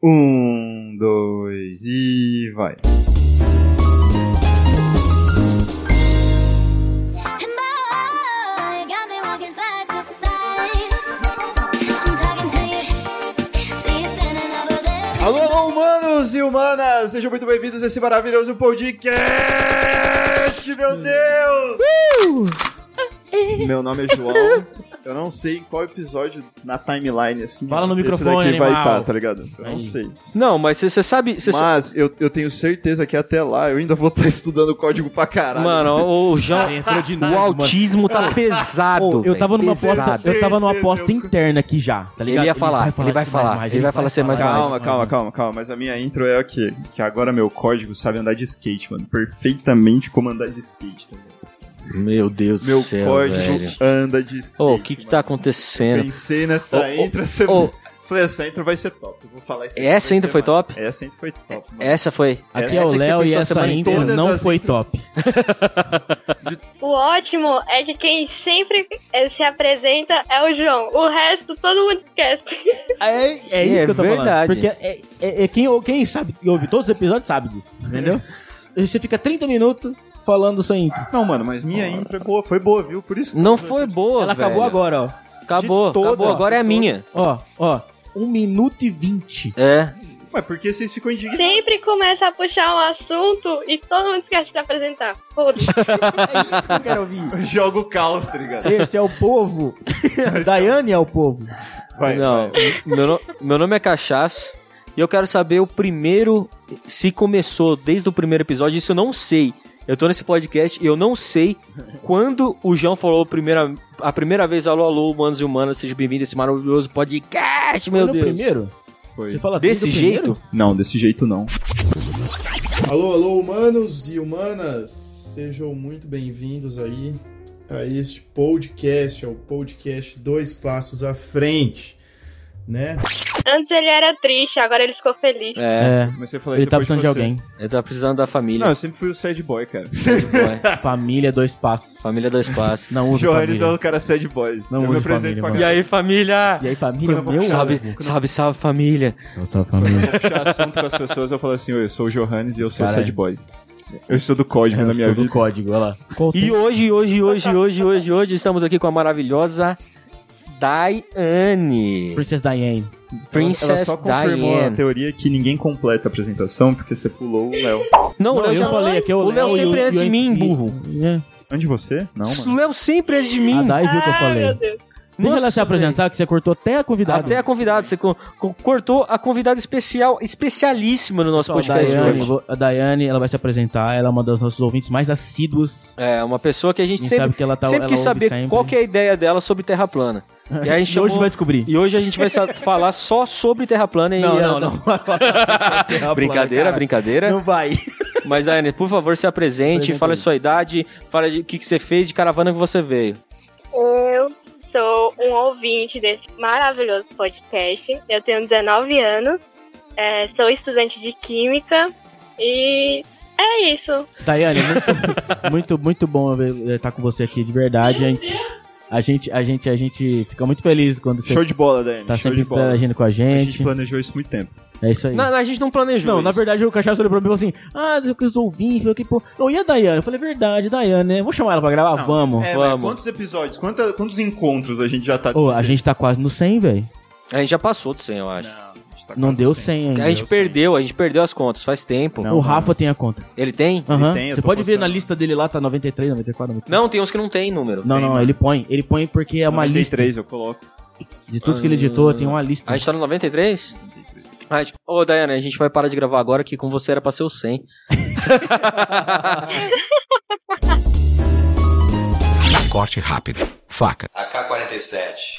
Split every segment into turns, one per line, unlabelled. Um, vai. Alô, alô, humanos e humanas! Sejam muito bem-vindos a esse maravilhoso podcast, meu Deus! Meu nome é João. Eu não sei em qual episódio na timeline, assim.
Fala no
esse
microfone,
daqui vai
animal.
estar, tá ligado? Eu não
Aí.
sei.
Não, mas você você sabe. você sa-
Mas eu, eu tenho certeza que até lá eu ainda vou estar estudando código pra caralho.
Mano, o, o João.
Cara, entrou de novo,
O autismo tá pesado.
Ah, Pô, eu
velho,
tava numa
pesado.
aposta, eu tava numa aposta interna aqui já, tá ligado?
Ele ia falar, ele vai
ser
falar, ele vai falar assim, ser mais
calma,
mais.
calma, calma, calma. Mas a minha intro é o quê? Que agora meu código sabe andar de skate, mano. Perfeitamente como andar de skate. Tá ligado?
Meu Deus do
meu
céu.
código
velho.
anda de skate.
Ô, o que que tá acontecendo?
Pensei
Ô,
nessa
ô,
intro essa
ô.
Falei, essa intro vai ser top. Eu vou falar isso.
Essa
vai
intro
ser
foi
massa.
top?
Essa intro foi top, mano.
Essa foi.
Aqui
essa
é o
que você
Léo e
pensou a
essa
semana
intro
inteira?
todas
não
as
foi
intros.
top.
O ótimo é que quem sempre eh, se apresenta é o João. O resto todo mundo esquece.
É,
É,
isso que eu tô falando.
verdade.
Porque é, é- é quem, ou quem sabe, que ouve todos os episódios sabe disso,
É.
entendeu? Você fica 30 minutos falando sua intro.
Não, mano, mas minha intro é boa, foi boa, viu? Por isso.
Não foi boa,
Ela
velho.
acabou agora, ó.
Acabou,
De todas,
acabou. Agora é a
de
minha.
Ó, ó, 1 minuto e 20.
É.
Mas porque vocês ficam indignados.
Sempre começa a puxar um assunto e todo mundo esquece de se apresentar. Foda-se.
É isso que eu quero ouvir.
Joga o caos, tá ligado?
Esse é o povo. Daiane é o povo.
Vai,
não.
vai.
Meu, no- meu nome é Cachaço. E eu quero saber o primeiro. Se começou desde o primeiro episódio, isso eu não sei. Eu tô nesse podcast e eu não sei quando o João falou a primeira, a primeira vez: alô, alô, humanos e humanas, sejam bem-vindos a esse maravilhoso podcast,
Foi
meu
no
Deus.
é primeiro?
Foi.
Você fala
Desse
desde o primeiro?
jeito?
Não, desse jeito não.
Alô, alô, humanos e humanas, sejam muito bem-vindos aí a este podcast, ao podcast Dois Passos à Frente, né?
Antes ele era triste, agora ele ficou feliz.
É,
É.
Mas você falou
Ele tá precisando de alguém.
ele tá precisando da família.
Não, eu sempre fui o sad boy, cara.
Sad boy.
Família, dois passos.
família do espaço.
Não usa
Johannes é
família.
o cara sad boys.
Não
eu me
uso
apresento
família,
pra
mano.
E aí, família?
E aí, família,
Quando eu
meu
vou-
Salve,
ovo.
salve, salve, família.
Salve, salve, família.
puxar assunto com as pessoas, eu falo assim, "Oi, eu sou o Johannes e eu sou o
Caralho.
sad boys. Eu sou do código da
Eu
minha
sou do
vida.
código, olha lá.
E hoje, hoje, hoje, hoje, hoje, hoje, estamos aqui com a maravilhosa Daiane.
Princess Diane.
ela, ela
Princess
só confirmou a
Diane.
teoria que ninguém completa a apresentação porque você pulou o Léo.
Não,
Não,
o Léo
eu
já
falei aqui, é o
o Léo
Léo e o-
sempre antes
e o
de mim,
Henrique.
burro.
É.
Antes de você? Não,
O
mano.
Léo sempre antes de mim.
A Dai viu o que eu falei.
Ah, meu Deus.
Deixa ela
Nossa,
se apresentar, que você cortou até a convidada.
Até a convidada, você co- co- cortou a convidada especial, especialíssima no nosso
Ó, a
podcast de
Daiane,
hoje.
vou- a Daiane, ela vai se apresentar, ela é uma das nossas ouvintes mais assíduas.
É, uma pessoa que a
A
gente
gente
sempre,
sabe que ela tá
sempre
ela
quis
ouve
saber
sempre.
qual que é a ideia dela sobre Terra plana. E aí a gente
E
chamou-
hoje vai descobrir.
E hoje a gente vai sa- falar só sobre Terra plana. e ela- Brincadeira, brincadeira.
Não vai.
Mas, Daiane, por favor, se apresente,
Apresenta
fala
aí.
sua idade, fala de o que, que você fez, de caravana que você veio.
Eu sou um ouvinte desse maravilhoso podcast. Eu tenho 19 anos, eh, sou estudante de Química e é isso.
Daiane, muito, muito, muito bom ver- estar com você aqui, de verdade. A gente, a gente, a gente, a gente fica muito feliz quando você
Show de bola, Dani.
tá
Show
sempre
de bola.
interagindo com a
A
gente.
gente planejou isso muito tempo.
É isso aí.
Não, não, a gente não planejou.
Não,
isso.
na verdade o Cachaça olhou pra mim e falou assim: Ah, eu quis ouvir, eu que pô. Eu ia a Dayane, eu falei, verdade, Dayane, né? Vamos chamar ela pra gravar?
Não,
Vamos.
É,
vamos.
mas Quantos episódios, quanta- quantos encontros a gente já tá
Ô, a gente tá quase no 100, velho.
A gente já passou do 100, eu acho.
Não, a gente tá
Não
quase
deu
no
100 ainda.
a gente
eu
perdeu, a gente perdeu as contas, faz tempo.
Não,
o
não.
Rafa tem a conta.
Ele tem?
Aham.
tem, eu
Você
tô
pode ver na
postando.
lista dele lá, tá 93, 94, 95.
Não, tem uns que não tem número.
Não,
tem,
não,
mano.
ele põe. Ele põe porque é uma
93 eu coloco.
lista. De todos que ele editou, tem uma lista.
A gente tá no 93? A gente... Ô, Daiane, a gente vai parar de gravar agora, que com você era pra ser o 100.
Corte rápido. Faca.
AK-47.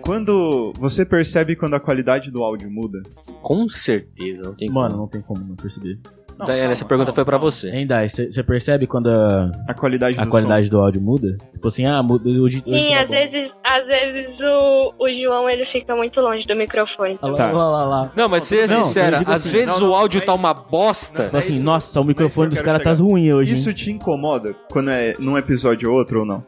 Quando você percebe quando a qualidade do áudio muda?
com certeza, não tem
Mano, não tem como não perceber.
como. Daiane, essa pergunta foi pra você.
Hein, Dai, você percebe quando a,
A qualidade
a
do
qualidade do áudio muda? Tipo assim, ah, muda. Hoje, hoje
Sim,
tá
às
bom.
vezes, às vezes o, o João ele fica muito longe do microfone.
Olha lá,
Tá.
olha lá, olha lá.
Não, mas seja
Não, eu
sincera,
digo
às
assim,
vezes
não, não,
o áudio
não é
tá uma
Não,
bosta.
Tipo
é
assim,
isso-
nossa,
é
o
isso que eu
microfone dos
quero
caras tá
chegar.
ruim
som.
hoje. hein?
Isso te incomoda quando é num episódio ou outro ou não?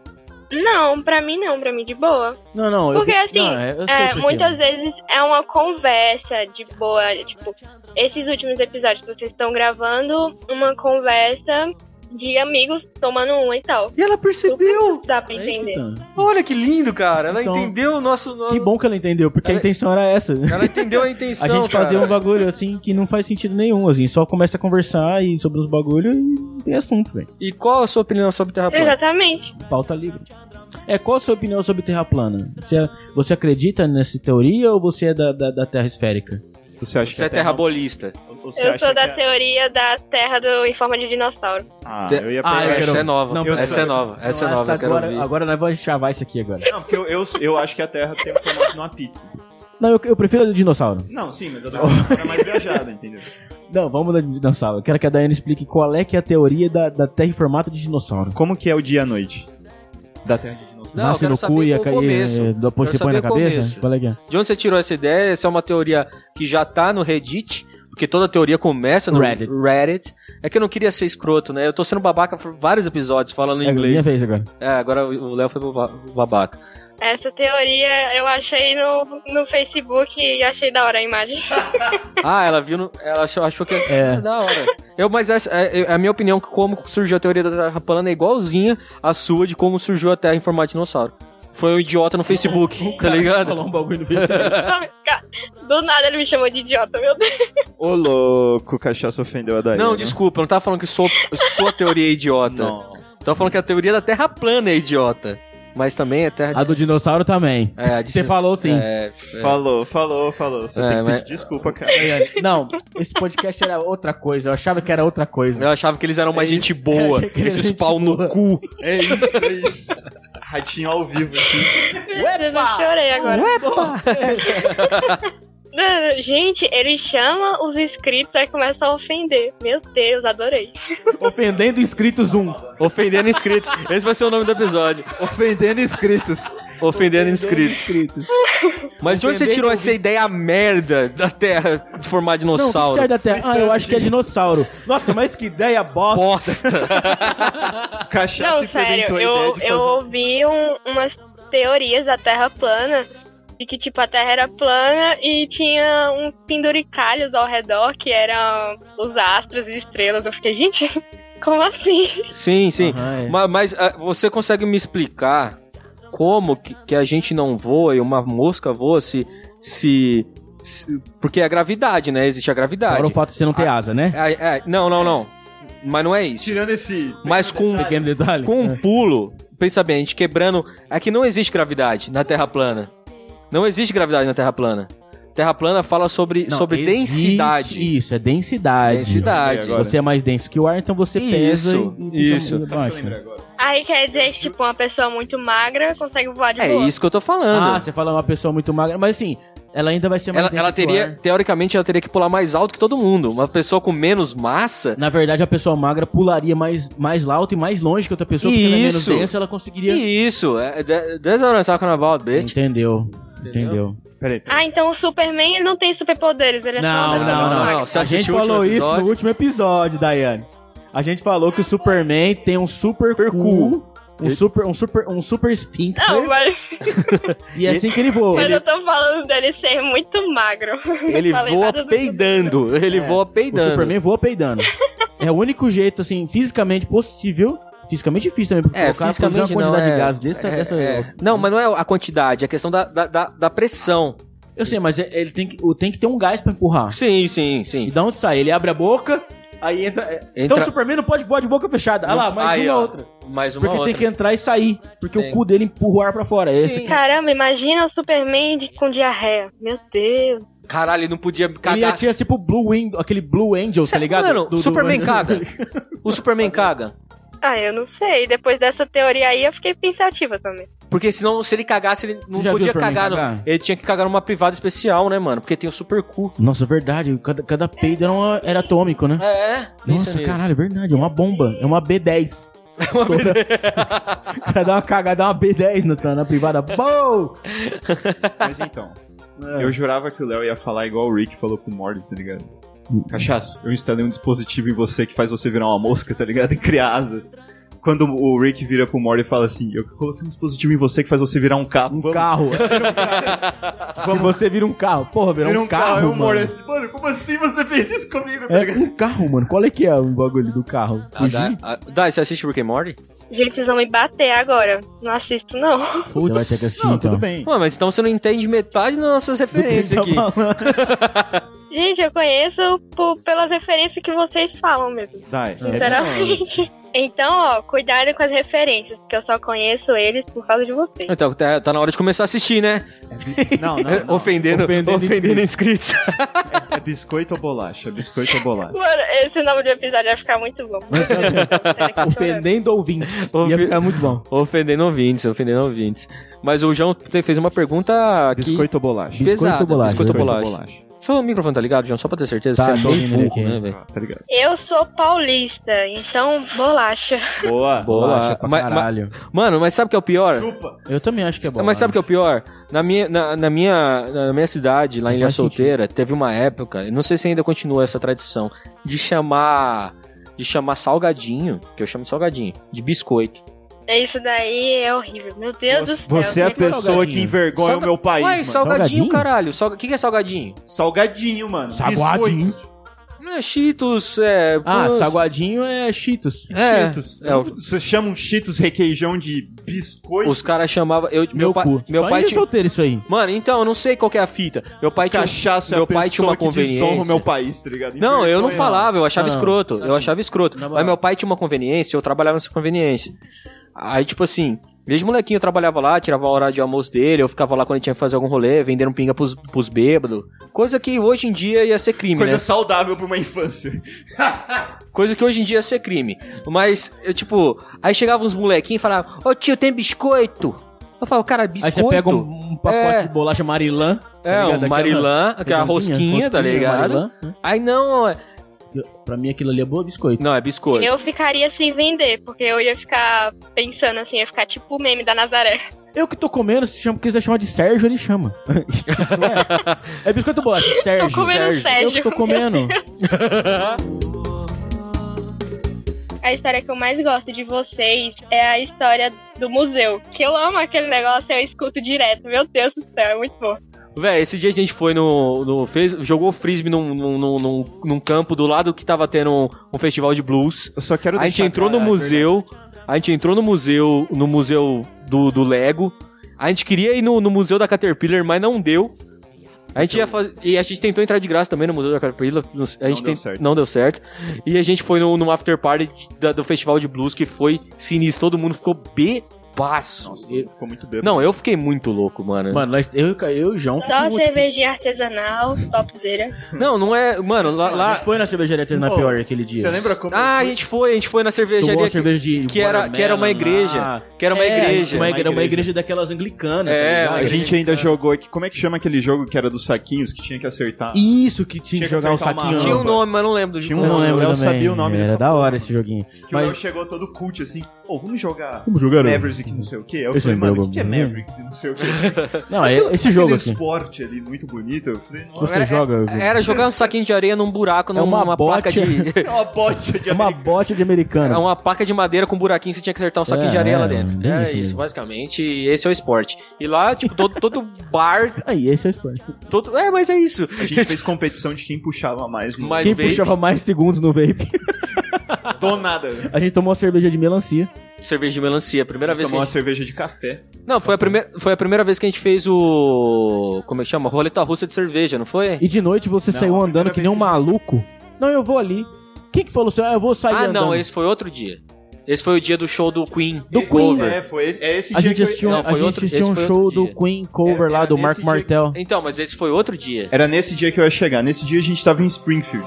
Não, pra mim não, pra mim de boa.
Não, não.
Porque
eu,
assim,
não, é, eu sei
É,
por quê.
muitas vezes é uma conversa de boa, tipo, esses últimos episódios que vocês estão gravando, uma conversa de amigos tomando um e tal.
E ela percebeu!
Dá pra
É isso,
entender.
então.
Olha que lindo, cara. Ela
Então,
entendeu o nosso.
Que bom que ela entendeu, porque a
é-
Ela-
intenção era essa.
Ela entendeu a
A
intenção.
gente
cara.
fazia um bagulho assim que não faz sentido nenhum, assim, só começa a conversar e sobre os bagulhos e tem assunto, velho.
E qual a sua opinião sobre
Tá
Terra plana?
Exatamente.
Pauta livre. É, qual a sua opinião sobre Terra plana? Você, você acredita nessa teoria ou você é da, da, da Terra esférica?
Você acha
Você
que
é terrabolista.
Você
Eu
acha
sou da
que é-
teoria da Terra do, em forma de dinossauro.
Ah,
Te-
eu ia
Ah,
pegar.
eu
essa
quero-
é nova.
Não,
eu
essa
sou-
é nova. Essa é nova,
Nossa,
eu quero
agora,
ouvir.
agora nós vamos chavar isso aqui agora.
Não, porque eu, eu, eu acho que a Terra tem o formato de uma pizza.
Não, eu, eu prefiro a do dinossauro.
Não, sim, mas eu tô falando que era mais viajada, entendeu?
Não, vamos na do dinossauro. Eu quero que a Daiane explique qual é que é a teoria da, da Terra em formato de dinossauro.
Como que é o dia à noite? Da Terra de dinossauro.
Não, eu
Nasce
quero
no
saber
cu e a
o
ca-
começo.
e- e- depois
Quero
você põe na
saber o
cabeça?
começo.
Qual é que é?
De onde você tirou essa ideia? Essa é uma teoria que já tá no Reddit, porque toda teoria começa no
Reddit.
Reddit. É que eu não queria ser escroto, né? Eu tô sendo babaca por vários episódios falando em
É minha
inglês.
vez agora.
É, agora o Léo foi baba- babaca.
Essa teoria eu achei no, no Facebook e achei da hora a imagem.
Ah, ela viu, no- ela achou, achou que
É.
é da hora. Eu, mas essa, é- é- a minha opinião que como surgiu a teoria da Terra plana é igualzinha à sua de como surgiu a Terra em formato de dinossauro. Foi um idiota no Facebook, tá ligado?
um bagulho no Facebook.
Do nada ele me chamou de idiota, meu Deus.
Ô, louco, o cachaça ofendeu a Daiane.
Não, desculpa, eu não tava falando que sou, sua teoria é idiota.
Não.
Tava falando que a teoria da Terra plana é idiota. Mas também é Terra
A do dinossauro também.
É, a de-
Você assim. falou sim.
É, é.
Falou, falou, falou. Você
É,
tem que
mas-
pedir desculpa, cara.
É.
Daiane, Não, esse podcast era outra coisa. Eu achava que era outra coisa.
Eu achava que eles eram mais
É
gente
isso.
boa,
Eu achei que era
esses
gente
pau
boa.
no cu.
É isso, é isso. Ratinho ao vivo aqui.
Meu Deus, eu chorei agora. Mano, gente, ele chama os inscritos e começa a ofender. Meu Deus, adorei.
Ofendendo inscritos um.
Ofendendo inscritos. Esse vai ser o nome do episódio.
Ofendendo inscritos.
Ofendendo inscritos. Mas de onde você
Ofendendo
tirou essa ideia merda da Terra de formar
Não, o que que
dinossauro?
serve da Terra? Ah, eu acho que é dinossauro. Nossa, mas que ideia bosta.
Bosta.
Cachaça
Não,
implementou
sério,
a ideia
eu,
de
eu
fazer...
ouvi um- umas teorias da Terra plana, de que tipo a Terra era plana e tinha uns penduricalhos ao redor que eram os astros e estrelas. Eu fiquei, gente, como assim?
Sim, sim.
Aham, é.
Ma- Mas, ah, você consegue me explicar como que, que a gente não voa e uma mosca voa se, se, se- Porque é a gravidade, né? Existe a
Agora o
gravidade.
fato de você não ter asa, né?
É, é, não, não, não. Mas não é isso.
Tirando esse...
Mas com,
Pequeno detalhe.
com um pulo, pensa bem, a gente quebrando. Aqui não existe gravidade na Terra plana. Não existe gravidade na Terra plana. Terra plana fala sobre,
Não,
sobre
existe
densidade.
Isso, é densidade.
Densidade.
Agora.
Você é mais denso que o ar, então você
Isso,
pesa e- Então, e
isso.
fica baixo.
Aí quer dizer que tipo uma pessoa muito magra consegue voar de
É
boa.
isso que eu tô
Ah,
falando.
você fala uma pessoa muito magra, mas assim, ela ainda vai ser mais
ela,
densa
ela
que o
teria,
ar.
teoricamente, ela teria que pular mais alto que todo mundo. Uma pessoa com menos massa.
Na verdade, a pessoa magra pularia mais, mais alto e mais longe que outra pessoa, porque ela é menos
Isso.
densa, ela
E
conseguiria...
isso, é, that- that's what I'm talking about, bitch.
Entendeu, entendeu.
Peraí,
Ah, então o Superman ele não tem superpoderes, ele é
Não,
só
não,
um
não.
mago.
Você
a gente
assistiu o último
falou isso
episódio?
no último episódio, Daiane. A gente falou que o Superman tem um super cu, um super, um super, um super esfíncter,
Não, mas,
e é assim que ele voa.
mas eu tô falando dele ser muito magro.
Ele
Falei
voa
nada do
peidando. Ele voa
É. O
peidando.
Superman voa peidando. é o único jeito, assim, fisicamente possível. Fisicamente difícil também, porque
É,
o cara produzir uma
fisicamente
quantidade
não,
de
é-
gás dessa.
é-
dessa-
é. Não, mas não é a quantidade, é a questão da, da, da- da pressão.
Eu sei, mas é- ele tem que, o- tem que ter um gás pra empurrar.
Sim, sim,
E
sim.
da onde sai? Ele abre a boca, aí entra. é- Então o Superman não pode voar de boca fechada. Ah lá, mais
Aí,
uma
ó.
outra.
Mais uma
Porque
outra.
tem que entrar e sair. Porque
Tem.
o cu dele empurra o ar pra fora. É esse.
Sim.
Caramba, imagina o Superman de- com diarreia. Meu Deus.
Caralho, ele não podia
Ele
cagar.
atira tipo Blue Wind, aquele Blue Angel, tá
Cê-
ligado?
Mano, Superman caga.
Ele
O Superman caga.
Ah, eu não sei. Depois dessa teoria aí, eu fiquei pensativa também.
Porque senão, se ele cagasse, ele não
já viu o
podia
Superman
cagar. não.
cagar?
Ele tinha que cagar numa privada especial, né, mano? Porque tem o super cu.
Nossa, verdade. Cada, cada peido era, uma- era atômico, né?
É, pensa
Nossa,
nisso.
caralho, é verdade. É uma bomba. É uma B10.
É Uma vez-
O cara dá uma cagada, dá uma B10 na, na privada. Bow!
mas então...
É.
Eu jurava que o Léo ia falar igual o Rick falou com o Morty, tá ligado?
Hum.
Cachaço, eu instalei um dispositivo em você que faz você virar uma mosca, tá ligado? E criar asas. quando o Rick vira pro Morty e fala assim: Eu coloquei um dispositivo em você que faz você virar um carro.
Um
vamos,
carro. Se
Vamos.
você vira um carro. Porra, vira,
Vira
um, carro.
e o
mano.
Morty assim, mano, como assim você fez isso comigo? tá
É um carro, mano. Qual é que é o bagulho do carro?
Ah,
Fugir?
Dai, ah, Dai, você assiste Rick and Morty?
Gente, vocês vão me bater agora. Não assisto, não.
Você vai ter que assistir,
Não,
então.
tudo bem.
Mano, mas então você não entende metade das nossas
Tá
referências aqui.
Gente, eu conheço por- pelas referências que vocês falam mesmo.
Dai,
É.
Sinceramente. Então, ó, cuidado com as referências, porque eu só conheço eles por causa de vocês.
Então, tá, tá na hora de começar a assistir, né?
é- não, não, não.
ofendendo,
Ofendendo
ofendendo, inscritos.
É biscoito ou bolacha? É biscoito ou bolacha?
Mano, esse nome do episódio vai ficar muito bom.
Um Ofendendo ouvintes. Ia
Ouvi-
ficar é, muito bom.
ofendendo ouvintes, ofendendo ouvintes. Mas o João te- fez uma pergunta aqui.
Biscoito ou bolacha?
Biscoito
pesada.
ou bolacha?
Biscoito ou
Biscoito ou
bolacha? Seu microfone tá ligado, João? Só pra ter certeza.
Tá,
você é
tô
bem
ouvindo ele
burro,
aqui.
né, velho?
Tá ligado.
Eu sou paulista, então bolacha.
Boa.
Boa.
pra
Mas-
caralho.
Mano, mas sabe o que é o pior?
Chupa.
Eu também acho que é bom.
Mas sabe o que é o pior? Na minha, na, na minha, na minha cidade, lá em
Não
Ilha
faz
Solteira, teve uma época, eu não sei se ainda continua essa tradição, de chamar. De chamar salgadinho, que eu chamo de salgadinho, de biscoito.
Isso daí é horrível. Meu Deus do céu.
Você é a
gente.
pessoa que envergonha
Salga-
o meu país,
Uai,
mano.
salgadinho,
Salgadinho?
caralho. Salga- O que, que é salgadinho?
Salgadinho, mano.
Saguadinho.
Biscoito.
Não é Cheetos, é.
Ah,
pô,
saguadinho é Cheetos.
É,
Cheetos.
é, o-
Você chama um Cheetos requeijão de biscoito?
os caras chamavam. eu- Meu,
Meu,
pai,
cu.
meu
Só
pai
em
tinha.
solteiro isso aí.
Mano, então, eu não sei qual que é a fita. Meu pai tinha.
cachaça é
meu
a
pai tinha uma
pessoa que desonra
conveniência.
o meu país, tá ligado?
Não, eu não
Envergonha.
falava, eu achava
Não, não.
escroto. eu
Assim,
achava escroto.
na moral.
Mas meu pai tinha uma conveniência, eu trabalhava nessa conveniência. Aí, tipo assim, desde molequinho eu trabalhava lá, tirava a hora de almoço dele, eu ficava lá quando ele tinha que fazer algum rolê, vendendo pinga pros, pros bêbados. Coisa que hoje em dia ia ser crime,
Coisa
né?
saudável pra uma infância.
Coisa que hoje em dia ia ser crime. Mas, eu, tipo, aí chegavam uns molequinhos e falavam, ô tio, tem biscoito? Eu falava, cara,
Aí
biscoito?
você pega um, Tá um pacote
É.
de bolacha Marilã. um
É, um Marilã, aquela rosquinha, tá ligado? Aí não, é-
Pra mim aquilo ali é boa biscoito.
não, é biscoito.
Eu ficaria sem vender, porque eu ia ficar pensando assim, ia ficar tipo o meme da Nazaré.
Eu que tô comendo, se chama, quiser chamar de Sérgio, ele chama. Ué, é biscoito ou bolacha? Sérgio.
comendo
Sérgio.
Sérgio.
Eu que tô comendo.
A história que eu mais gosto de vocês é a história do museu. Que eu amo aquele negócio, eu escuto direto. Meu Deus do céu, é muito bom.
Véi, esse dia a gente foi no. no fez, jogou frisbee num, num, num, num- num campo do lado que tava tendo um, um festival de blues.
Eu é só quero
A gente entrou no museu. A gente entrou no museu. No museu do, do Lego. A gente queria ir no, no museu da Caterpillar, mas não deu. A gente ia fazer. E a gente tentou entrar de graça também no Museu da Caterpillar. não- A gente
Então- deu
tem-
certo.
não deu certo. E a gente foi no, no after party da- do festival de blues que foi sinistro. Todo mundo ficou bebaço.
Nossa,
Eu-
ficou muito bêbado.
não, eu fiquei muito louco, mano.
Mano, nós, eu, eu e o João
Só
ficamos, tipo,
cervejinha artesanal, topzera.
Não, não é. Mano, lá-
A
lá,
gente foi na cervejaria na
Ô,
pior aquele dia.
Você lembra como...
Ah, a gente foi, a gente foi na
Tomou
cervejaria
uma
que,
cerveja de
que era, que era uma
watermelon
igreja.
lá.
Que era uma
É,
igreja.
Uma,
Uma
igreja. uma
igreja.
igreja daquelas anglicanas.
É,
ligado?
a
A gente ainda jogou aqui... Como é que chama aquele jogo que era dos saquinhos que tinha que acertar?
Isso que tinha que
Tinha que
jogar o
acertar uma
saquinho.
Tinha um
Lamba.
nome, mas não lembro do
Tinha
Eu
um
jogo.
não
nome,
lembro
o Léo
também.
sabia o nome
Era
dessa
da
porra,
hora esse joguinho.
Que o Léo
Mas,
chegou todo cult, assim... Ô, vamos jogar...
como jogaram?
Mavericks e não sei o que. Eu
Esse
falei,
é
mano,
meu
o que, que é
bagulho.
Mavericks e não sei o que?
Não, é- esse jogo aqui.
esporte né? É ali, muito bonito. Eu falei, nossa,
Você joga? eu jogo.
Era jogar um saquinho de areia num buraco,
É uma
numa placa
bote.
de.
é uma bote de
É uma
americano.
bote de americano.
É uma placa de madeira com um buraquinho, você tinha que acertar um saquinho
É,
de areia lá
é,
dentro.
bem
Era
isso
isso,
mesmo.
basicamente. E esse é o esporte. E lá, tipo, todo, todo bar,
Aí, esse é o esporte.
todo. É, mas é isso.
A gente fez competição de quem puxava mais, mano.
Mas
Quem
veio
puxava mais segundos no vape?
Do nada, velho.
A gente tomou uma cerveja de melancia.
cerveja de melancia. a Primeira vez que
Tomar
a
uma
gente...
cerveja de café.
Não, foi a, primeira, foi a primeira vez que a gente fez o. Como é que chama? Roleta russa de cerveja, não foi?
E de noite você
Não,
saiu
a primeira
andando que
vez
nem um
que a gente-
maluco. Não, eu vou ali. Quem que falou assim? Ah, eu vou sair
ah,
andando.
não, esse foi outro dia. Esse foi o dia do show do Queen. né?
Do
Esse-
Queen. né?
É, foi esse, é esse
A
dia
gente
que eu-
assistiu,
Não,
a
foi
gente
outro-
assistiu
esse
um
foi
show
outro
do
dia.
Queen cover
Era-
lá
era
do Mark
É, nesse dia-
Martel.
Então, mas esse foi outro dia.
Era nesse dia que eu ia chegar. Nesse dia a gente tava em Springfield.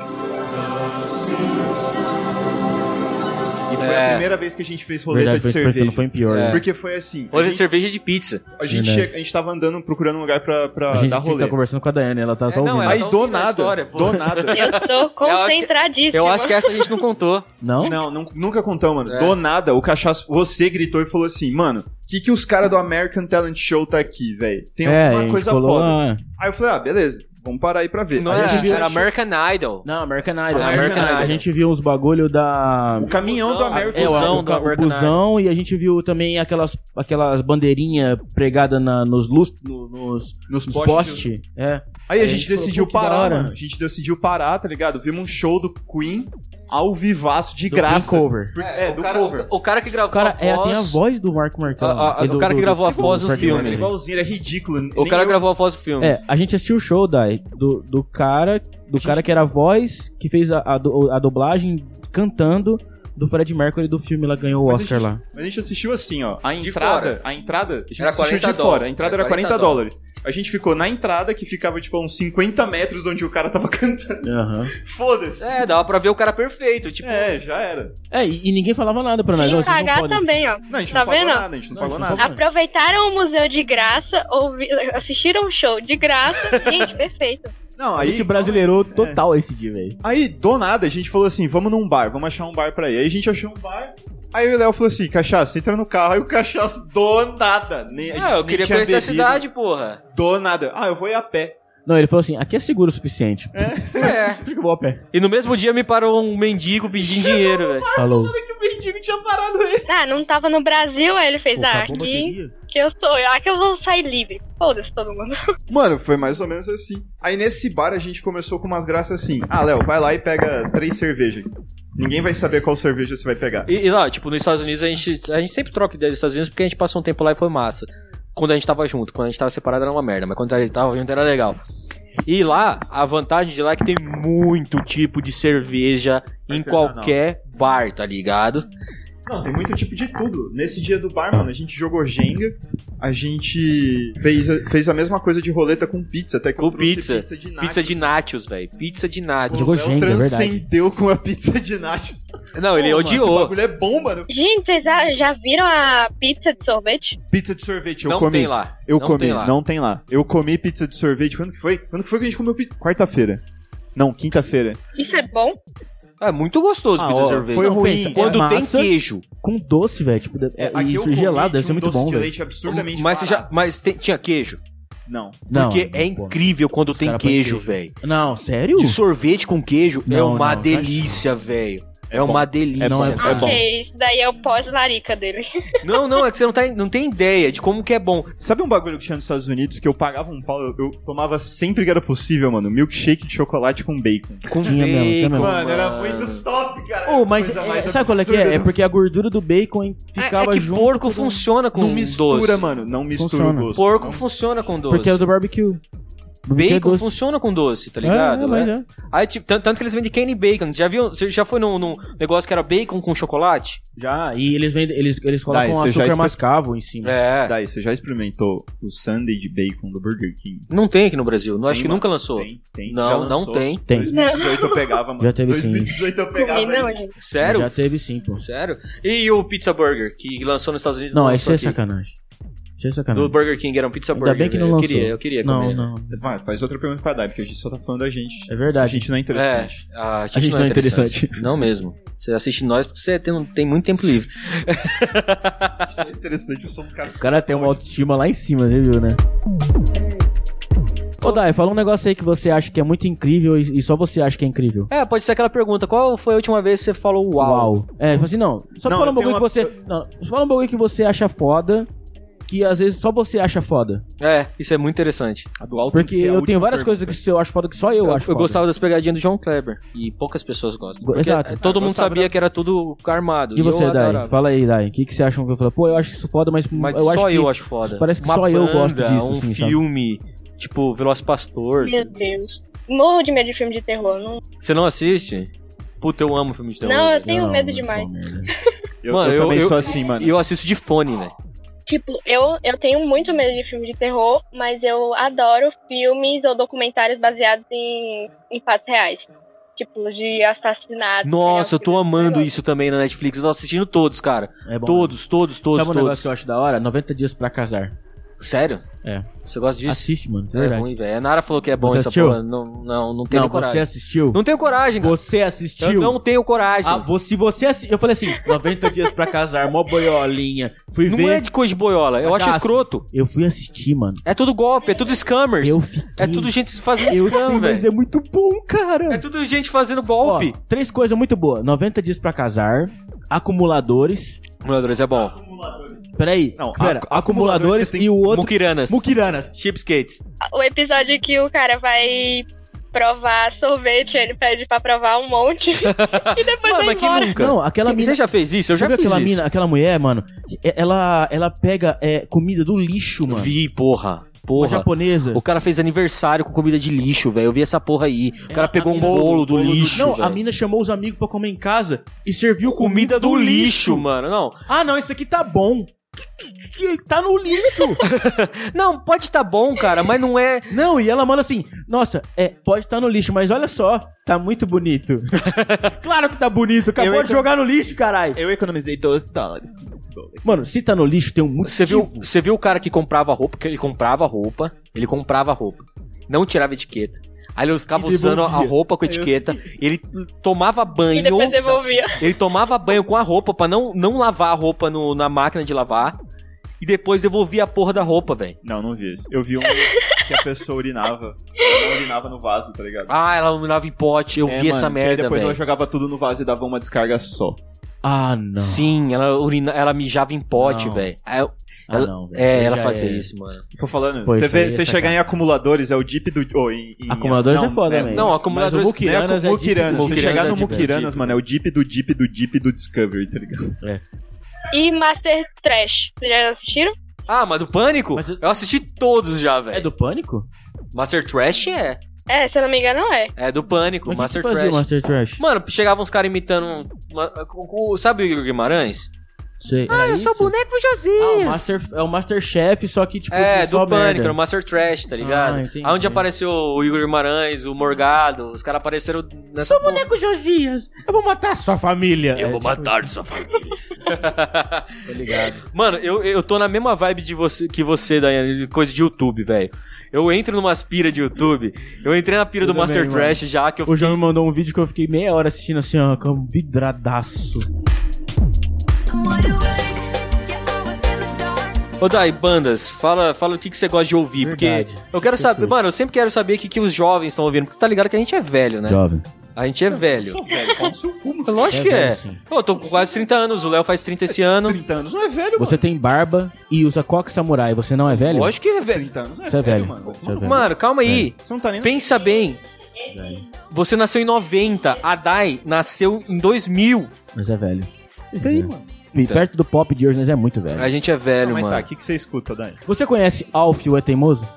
E foi
É.
a primeira vez que a gente fez roleta
Verdade,
de
foi
cerveja.
não foi em pior. né?
Porque foi assim.
Hoje
a
é
gente,
cerveja de pizza.
a, gente
Verdade.
chega- a gente tava andando, procurando um lugar pra, pra
A gente
dar
tinha que
rolê.
tá conversando com a Daiane, ela tá só
É, não,
ouvindo.
ela-
Aí
Então,
do
fica a
nada,
história, pô.
do nada.
Eu tô concentradíssima.
Eu acho que essa a gente não contou.
Não?
Não, nun- nunca contou, mano.
É.
Do nada, o cachaço, você gritou e falou assim, mano, o que, que os caras do American Talent Show tá aqui, velho? Tem
é, a
alguma
gente
coisa
falou,
foda.
ah,
Aí eu falei, ah, beleza. Vamos parar aí pra ver.
Não é?
Aí a
era,
gente
viu-
era American Idol.
Não, American Idol.
American
a, gente,
Idol.
a gente viu uns bagulho da.
O caminhão do
Busão,
American
É, o,
busão
o,
do
o
American
busão, e a gente viu também aquelas, aquelas bandeirinhas pregadas na- nos lustros, nos,
nos
nos
postes.
postes. É.
Aí a
Aí
gente
a gente
decidiu
falou, pô, que da
parar,
hora.
mano. A gente decidiu parar, tá ligado? Vimos um show do Queen ao vivaço de
do
graça.
Pink Cover.
Por- É, do
o, cara,
cover.
o cara que gravou
O cara é,
a voz.
tem a voz do Marco Marcão.
Ah, ah,
e
o cara que gravou a voz do
Frank
filme.
Martin.
Mano, é igualzinho, era ridículo.
O
Nem
cara
eu-
gravou a voz do
Então,
filme.
É, a gente assistiu o show, Dai, do, do cara, do cara que era a voz, que fez a, a, du- a dublagem cantando do Fred Mercury do filme, ela ganhou o
Mas a
Oscar
gente-
lá.
Mas a gente assistiu assim, ó. A
De
entrada, a entrada, a gente
Era
assistiu
40
de fora. A
dólares.
entrada
Era
era 40,
40
dólares. A gente ficou na entrada, que ficava, tipo, a uns 50 metros onde o cara tava cantando. Foda-se.
É, dava pra ver o cara perfeito. Tipo,
É, já era.
É, e, e ninguém falava nada pra nós. ó,
Sem
vocês não
pagar
podem. Tá
também, ó.
Não, a gente
Tá
não pagou
vendo?
nada, a gente não,
Não, a
pagou
gente não
nada.
pagou.
Aproveitaram o museu de graça, ouvi, assistiram o show de graça. Gente, perfeito.
Não,
A
aí. é.
gente brasileirou total esse dia, velho.
Aí, do nada, a gente falou assim: vamos num bar, vamos achar um bar pra ir. Aí a gente achou um bar. Aí o Léo falou assim: cachaça, entra no carro. Aí o cachaça, do nada. Nem, É, a gente
ah, eu
nem
queria
tinha
conhecer a
bebido,
cidade, porra.
Do nada. Ah, eu vou ir a pé.
Não, ele falou assim, aqui é seguro o suficiente.
É.
Por que eu vou a pé?
E no mesmo dia me parou um mendigo pedindo dinheiro, velho.
Falou.
Olha que o mendigo tinha parado ele.
Ah, não tava no Brasil, aí ele fez,
Pô, tá
ah,
acabou a
aqui
bateria?
que eu sou, aqui eu vou sair livre. Foda-se todo mundo.
Mano, foi mais ou menos assim. Aí nesse bar a gente começou com umas graças assim. Ah, Léo, vai lá e pega três cervejas. Ninguém vai saber qual cerveja você vai pegar.
E, e lá, tipo, nos Estados Unidos a gente, a gente sempre troca ideia dos Estados Unidos porque a gente passou um tempo lá e foi massa. Quando a gente tava junto, quando a gente tava separado era uma merda, mas quando a gente tava junto era legal. E lá, a vantagem de lá é que tem muito tipo de cerveja em
Artesanal.
qualquer bar, tá ligado?
Não, tem muito tipo de tudo. Nesse dia do bar, mano, a gente jogou Jenga, a gente fez a, fez a mesma coisa de roleta com pizza, até que eu
Com
trouxe
pizza.
pizza de nachos.
Pizza de nachos, velho. Pizza de
O
nachos.
Jogou
Léo
Jenga, é verdade.
transcendeu com a pizza de nachos.
Não, ele
Pô, mano, Esse
odiou.
bagulho é bom, mano.
Gente, vocês já, já viram a pizza de sorvete?
Pizza de sorvete, eu
não
comi.
tem lá.
Eu
não
comi,
tem lá.
não tem lá. Eu comi pizza de sorvete, quando que foi? Quando que foi que a gente comeu pizza? Quarta-feira. Não, quinta-feira.
Isso é bom?
É muito gostoso
Ah,
pizza
ó,
de sorvete.
foi
Não,
ruim.
pensa, é
Quando tem
massa.
queijo.
Com doce, velho. Tipo, de-
É, aqui
e
eu
isso
comi,
gelado, deve
tinha
ser
um
muito
doce
bom,
de
velho.
leite absurdamente
Mas, você já,
barato.
mas tem- tinha queijo.
Não.
Não,
porque é
pô.
incrível quando tem
caras põem
queijo,
queijo.
velho.
Não, sério?
De sorvete com queijo é
Não,
uma
não,
delícia, velho. É,
bom.
uma delícia.
É bom, é
cara.
bom.
Ok, isso daí é o pós-larica dele.
Não, não, é que você não, tá, não tem ideia de como que é bom.
Sabe um bagulho que tinha nos Estados Unidos que eu pagava um pau, eu, eu tomava sempre que era possível, mano, milkshake de chocolate com bacon.
Com
Tinha mesmo, tinha mesmo.
mano.
top, cara.
Ô, mas é- sabe qual é que é? É porque a gordura do bacon
É, é
ficava
que
junto.
porco
com-
funciona com
Não mistura,
doce.
mano. Não mistura
Funciona.
o gosto.
Porco
Não-
funciona com doce.
Porque era do barbecue. Porque é
Bacon
doce.
funciona com doce, tá ligado?
É, é, mas
né?
é.
Aí, tipo, tanto, tanto que eles vendem candy bacon. Já viu? Você já foi num, num negócio que era bacon com chocolate?
Já, e eles vendem, eles, eles colocam
Tá,
Daí,
um
você já
açúcar
exper-
mascavo em cima.
É.
Daí, você já experimentou o sundae de bacon do Burger King?
Não tem aqui no Brasil. Não, acho que
mano.
nunca lançou.
Tem, tem.
Não,
já lançou.
não tem.
Tem.
2018 eu pegava, mano.
Já teve sim.
2018 eu pegava.
Comi não,
isso.
gente.
É, Sério?
Já teve sim, pô.
Sério? E o Pizza Burger, que lançou nos Estados Unidos?
Não,
lançou
isso é
aqui.
sacanagem. Isso é
Do
sacanagem.
Burger King, era um Pizza
Ainda
Burger.
bem que não
velho.
lançou.
Eu queria, eu queria
Não,
comer.
não.
Vai, faz outra pergunta pra Dai, porque a gente só tá falando da gente.
É
A
verdade.
gente não é
É,
interessante.
a gente,
A gente
não, é interessante. Não mesmo. Você assiste nós porque você tem, um, tem muito tempo livre.
A gente não é interessante, eu sou um cara.
O cara tem uma autoestima lá em cima, né, viu, né? Ô, Dai, fala um negócio aí que você acha que é muito incrível e, e só você acha que é incrível.
É, pode ser aquela pergunta. Qual foi a última vez que você falou uau?
É, fala assim, não. Só
Não,
fala um
eu tenho
bagulho que
uma-
você. Não, fala um bagulho que você acha foda. Que às vezes só você acha foda.
É, isso é muito interessante.
A do alto tem
Porque
é
que ser a
eu tenho
última
várias
pergunta.
coisas que eu acho foda que só eu, acho foda.
gostava das pegadinhas do João Kleber. E poucas pessoas gostam.
Go-
Porque
Exato.
Todo
Eu
mundo
gostava
sabia
da-
que era tudo armado.
E você,
eu
Dai?
adorava.
Fala aí, Dai. O que, que você acha? Eu falo, pô, eu acho isso foda, mas,
Mas
eu acho
só
que...
eu acho foda.
parece que
Uma
só eu gosto
banda,
disso,
Um
assim, sabe?
filme, tipo Veloz Pastor.
Meu Deus. Morro de medo de filme de terror. Não,
Você não assiste? Puta, eu amo filme de terror.
não eu
velho.
tenho
Não,
medo
não,
demais.
só merda.
Eu,
Mano,
eu
eu-
também
eu-
sou assim, mano.
E eu assisto de fone, velho.
Tipo, eu, eu tenho muito medo de filme de terror, mas eu adoro filmes ou documentários baseados em, em fatos reais. Tipo, de assassinato.
Nossa, eu
entendeu?
tô amando
Negócio.
isso também na Netflix. Eu tô assistindo todos, cara.
É bom, né?
todos, todos, todos,
Sabe um
todos.
negócio que eu acho da hora? 90 dias pra casar.
Sério?
É.
Você gosta disso?
Assiste, mano. isso é
é
verdade.
ruim, velho. A Nara falou que é bom
Você
essa
assistiu?
porra. Não, não, não tenho
não,
coragem.
você assistiu?
Não tenho coragem, cara.
Você assistiu?
Eu não tenho coragem.
Ah, vo- se você assi- Eu falei assim, 90 dias pra casar, mó boiolinha. Fui
não
ver.
é de coisa de boiola. Eu acho
Cachaça.
escroto.
Eu fui assistir, mano.
É tudo golpe, é tudo scammers.
Eu fiquei.
É tudo gente fazendo
Eu
scam,
sei, mas
velho.
é muito bom, cara.
É tudo gente fazendo golpe.
Ó, três coisas muito boas: 90 dias pra casar, acumuladores.
Meu Deus, é bom.
Peraí.
Não,
pera,
a- acumuladores
acumuladores
você tem-
e o outro.
Mukiranas.
Mukiranas.
Chipskates.
O episódio que o cara vai provar sorvete, ele pede pra provar um monte. e depois
Mano,
vai
mas quem
embora.
nunca?
Não, aquela mina.
Você já fez isso? Eu
Você
já
viu
fiz
aquela
isso.
mina, aquela mulher, mano. E- Ela, ela pega é, comida do lixo, mano.
Vi, porra.
Uma
Porra.
japonesa.
O cara fez aniversário com comida de lixo, velho. Eu vi essa porra aí. O cara
a
pegou um
mina-
bolo do
bolo do-
lixo.
Não, a
velho.
mina chamou os amigos pra comer em casa e serviu comida,
Comida do lixo, mano. Não.
Ah, não, isso aqui tá bom. Que- que- que- Tá no lixo.
Não, pode estar bom, cara, mas não é.
não, e ela manda assim: Nossa, é, pode estar tá no lixo, mas olha só, tá muito bonito. claro que tá bonito, acabou
Eu
de
entro-
jogar no lixo, caralho.
Eu economizei 12 dólares.
Mano, se tá no lixo, tem um motivo.
Você viu, você viu o cara que comprava roupa, que ele comprava roupa, ele comprava roupa, não tirava etiqueta. Aí ele ficava
E
usando a
devolvia.
roupa com etiqueta, ele tomava
E
banho,
depois devolvia.
ele tomava banho com a roupa pra não, não lavar a roupa no- na máquina de lavar, e depois devolvia a porra da roupa, velho.
Não, não vi isso. Eu vi um que a pessoa urinava. Ela urinava no vaso, tá ligado?
Ah, ela urinava em pote, eu
É,
vi
mano,
essa
que aí
merda,
Depois ela
velho.
jogava tudo no vaso e dava uma descarga só.
Ah, não.
Sim, ela, urina, ela mijava em pote,
Não.
velho. Aí eu-
Ah, não velho.
É,
Você
ela
já
fazia
é-
isso, mano.
Tô falando.
Pô,
você
isso
vê,
aí é
você chegar em acumuladores, é o Jeep do. ou em, em-
Acumuladores é foda, velho.
Não,
Não, acumuladores-
Mas o
né,
Mukiranas é né?
Mukiranas.
de-
Você chegar
é
no
Jeep, é
Mukiranas,
Jeep.
mano, é o Jeep do Jeep do Jeep do Discovery, tá ligado?
E Master Trash. Vocês já assistiram?
Ah, mas do Pânico?
Mas eu-
eu assisti todos já,
É
velho.
do pânico?
Master Trash é.
É, se eu não me engano, não é.
É do Pânico,
Mas o que
Master
que fazia
Trash.
o Master Trash?
Mano, chegavam uns caras imitando. um, uma- com- com- sabe o Igor Guimarães?
Sei, ah, eu sou
boneco Josias!
Ah, o Master, é o Masterchef, só que, tipo,
é,
que
do
só
Pânico,
merda.
era o Master Trash, tá ligado?
Ah, entendi.
Aí onde apareceu o Igor Guimarães, o Morgado, os caras apareceram nessa.
Sou boneco Josias, eu vou matar sua família. É, tipo,
sua família.
Tá ligado.
Mano, eu, eu tô na mesma vibe de você, que você, Daiane, de coisa de YouTube, velho. Eu entro numa pira de YouTube. Eu entrei na pira
Eu
do
também,
Master
mano.
Trash já, que eu
O João me mandou um vídeo que eu fiquei meia hora assistindo assim, ó, com vidradaço.
Ô Dai, bandas, fala, fala o que, que você gosta de ouvir,
Verdade. é
porque eu quero saber, mano, eu sempre quero saber o que, que os jovens estão ouvindo, porque tá ligado que a gente é velho, né?
Jovem.
A gente é velho.
velho, pau no seu cu, mano.
Tá. É
Lógico que é.
velho, sim.
Pô, eu tô com quase 30 anos, o Léo faz 30 esse ano.
30 anos não é velho,
Você tem barba e usa coque samurai, você não é velho?
Lógico que é
mano.
velho.
30 anos não é
Você é
velho,
velho.
mano. Vai
Você é
tomar no
velho.
Mano, calma aí.
cu. Você não tá nem na
Pensa bem. Você nasceu em 90, a Dai nasceu em 2000.
Mas é velho.
E daí, mano.
E perto do pop de hoje, nós é muito velho.
A gente é velho,
Não, mas tá, o
mano.
que, que você escuta, Dani?
Você conhece Alf, o é teimoso?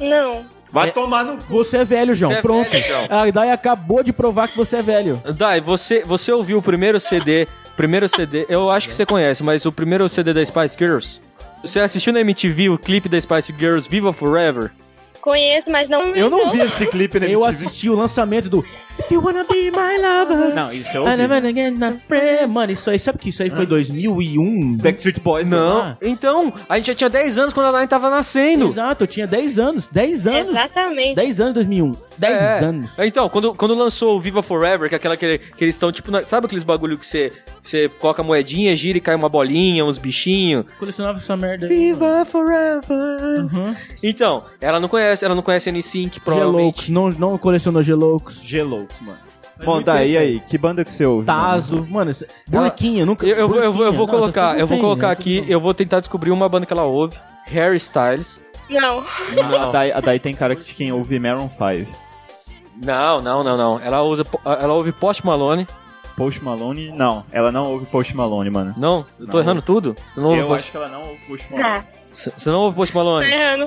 Não.
Vai tomar no cu.
Você é velho, João.
Você é
Pronto.
velho, João.
A Dai acabou de provar que você é velho.
Dai, você, você ouviu o primeiro CD, primeiro CD, eu acho que você conhece, mas o primeiro CD da Spice Girls? Você assistiu na MTV o clipe da Spice Girls Viva Forever?
Conheço, mas não.
Eu não vi esse clipe né? na
Eu
MTV.
assisti o lançamento do If You Wanna Be My Lover.
Não, isso é
Mano,
o
mano, again, my friend. Mano, isso aí, sabe que isso aí
Ah.
foi 2001?
Backstreet Boys. né?
Não.
Ah.
Então, a gente já tinha 10 anos quando a Dai tava nascendo.
Exato, eu tinha 10 anos. 10 anos.
Exatamente.
10 anos em 2001. 10
É.
anos.
Então, quando, quando lançou o Viva Forever, que é aquela que, que eles estão, tipo, na- sabe aqueles bagulho que você, você coloca a moedinha, gira e cai uma bolinha, uns bichinhos?
Colecionava essa merda aí.
Viva Forever!
Uhum.
Então, ela não conhece, ela é não conhece N5,
Geloucos.
provavelmente.
Não, não colecionou Geloucos.
G-Loucos, mano. É Bom, daí aí, que banda que você ouve?
Tazo. Mano, esse- Burquinha. Nunca...
Eu, eu, vou- eu, vou- eu vou
Burquinha. Não,
colocar,
essas
eu vou
coisas não
colocar
tem, né?
aqui, eu vou tentar descobrir uma banda que ela ouve. Harry Styles.
Não.
mano? A Dai, a Dai tem cara de quem ouve Maroon 5.
Não, não, não, não. Ela, usa, po- ela ouve Post Malone.
Post Malone, não. Ela não ouve Post Malone, mano.
Não, eu tô
Não.
errando tudo. Eu não ouve
Eu
Post-
acho que ela não ouve Post Malone.
Ah,
C- Você não ouve Post
tô
Malone?
errando.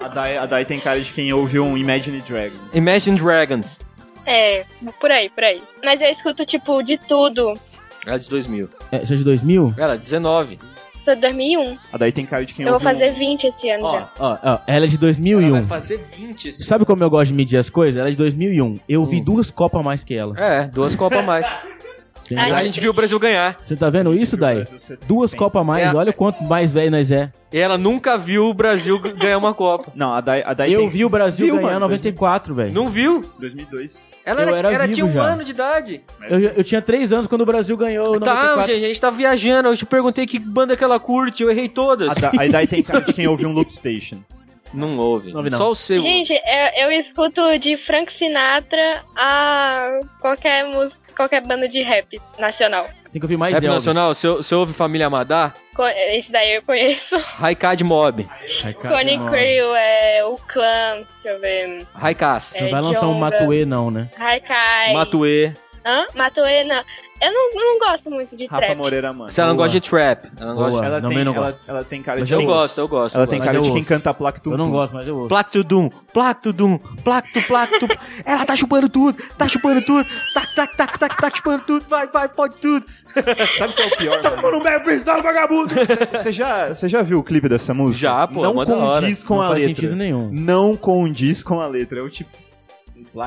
É.
A Dai, a Dai tem cara de quem ouve um Imagine Dragons.
Imagine Dragons.
É, por aí, por aí. Mas eu escuto, tipo, de tudo.
Ela é de 2000.
É, isso é de 2000?
Ela, 19.
Sou de 2001.
A Dai tem cara de quem
Eu vou
ouve
fazer
um...
20 esse ano
Ó,
já.
Ó, ó, ela é de
Ela
2001.
vai fazer 20 esse
Sabe como eu é um.
Hum.
gosto de medir as coisas? Ela é de 2001. Eu vi duas copas a mais que ela.
É, duas copas a mais.
Tem-
Ai,
A gente viu o Brasil ganhar.
Você tá vendo isso, Dai? Duas Copas a mais,
É.
olha o quanto mais velho nós é.
E ela nunca viu o Brasil g- ganhar uma Copa.
Não, a Dai, a Dai
Eu
tem
vi o Brasil
Viu,
ganhar em
mano?
94, velho.
Não viu?
2002.
Ela,
Eu
era,
era
ela
vivo
tinha um
já.
ano de idade.
Eu, eu tinha três anos quando o Brasil ganhou. em
Tá,
94.
gente, a gente tá viajando. Eu te perguntei que banda que ela curte, eu errei todas.
A
Ah, tá.
Da- a Dai tem cara de quem ouve um Loop Station.
Não houve.
Não ouve, não.
Só o seu.
Gente, é, eu, eu escuto de Frank Sinatra a qualquer música, qualquer banda de rap nacional.
Tem que ouvir mais
Rap
é, Elvis.
Nacional, você você ouve Família Amadá?
Co- Esse daí eu conheço.
Raikad Mob.
Ai, cara,
Connie
mano.
Crew, é, o Clã, deixa eu ver.
Raikas.
Você não
É,
vai lançar um
Djonga.
Matuê, não, né?
Haikai.
Matue.
Hã? Matoe, não. Eu não, não gosto muito de
Rafa
trap.
Moreira, mano.
Se ela não
Boa.
gosta de trap. Ela não
Boa.
gosta de...
Ela,
Não,
tem,
eu não
ela,
gosto.
ela tem cara
Mas
de
Eu
quem-
gosto, eu gosto.
Ela
eu
tem
gosto.
cara
Mas
de
eu
quem
ouço.
canta Plactum.
Eu não gosto, mas eu ouço.
Plactudum, plactudum, plactudum, Ela tá chupando tudo, tá chupando tudo. Tac, tac, tac, tac, tac, chupando tudo. Vai, vai, pode tudo.
Sabe qual é o pior? mano?
vagabundo!
Você já, você já viu o clipe dessa música?
Já, pô,
Não
mó da hora.
condiz com
não
a
faz
letra.
sentido nenhum.
Não condiz com a letra. Eu tipo.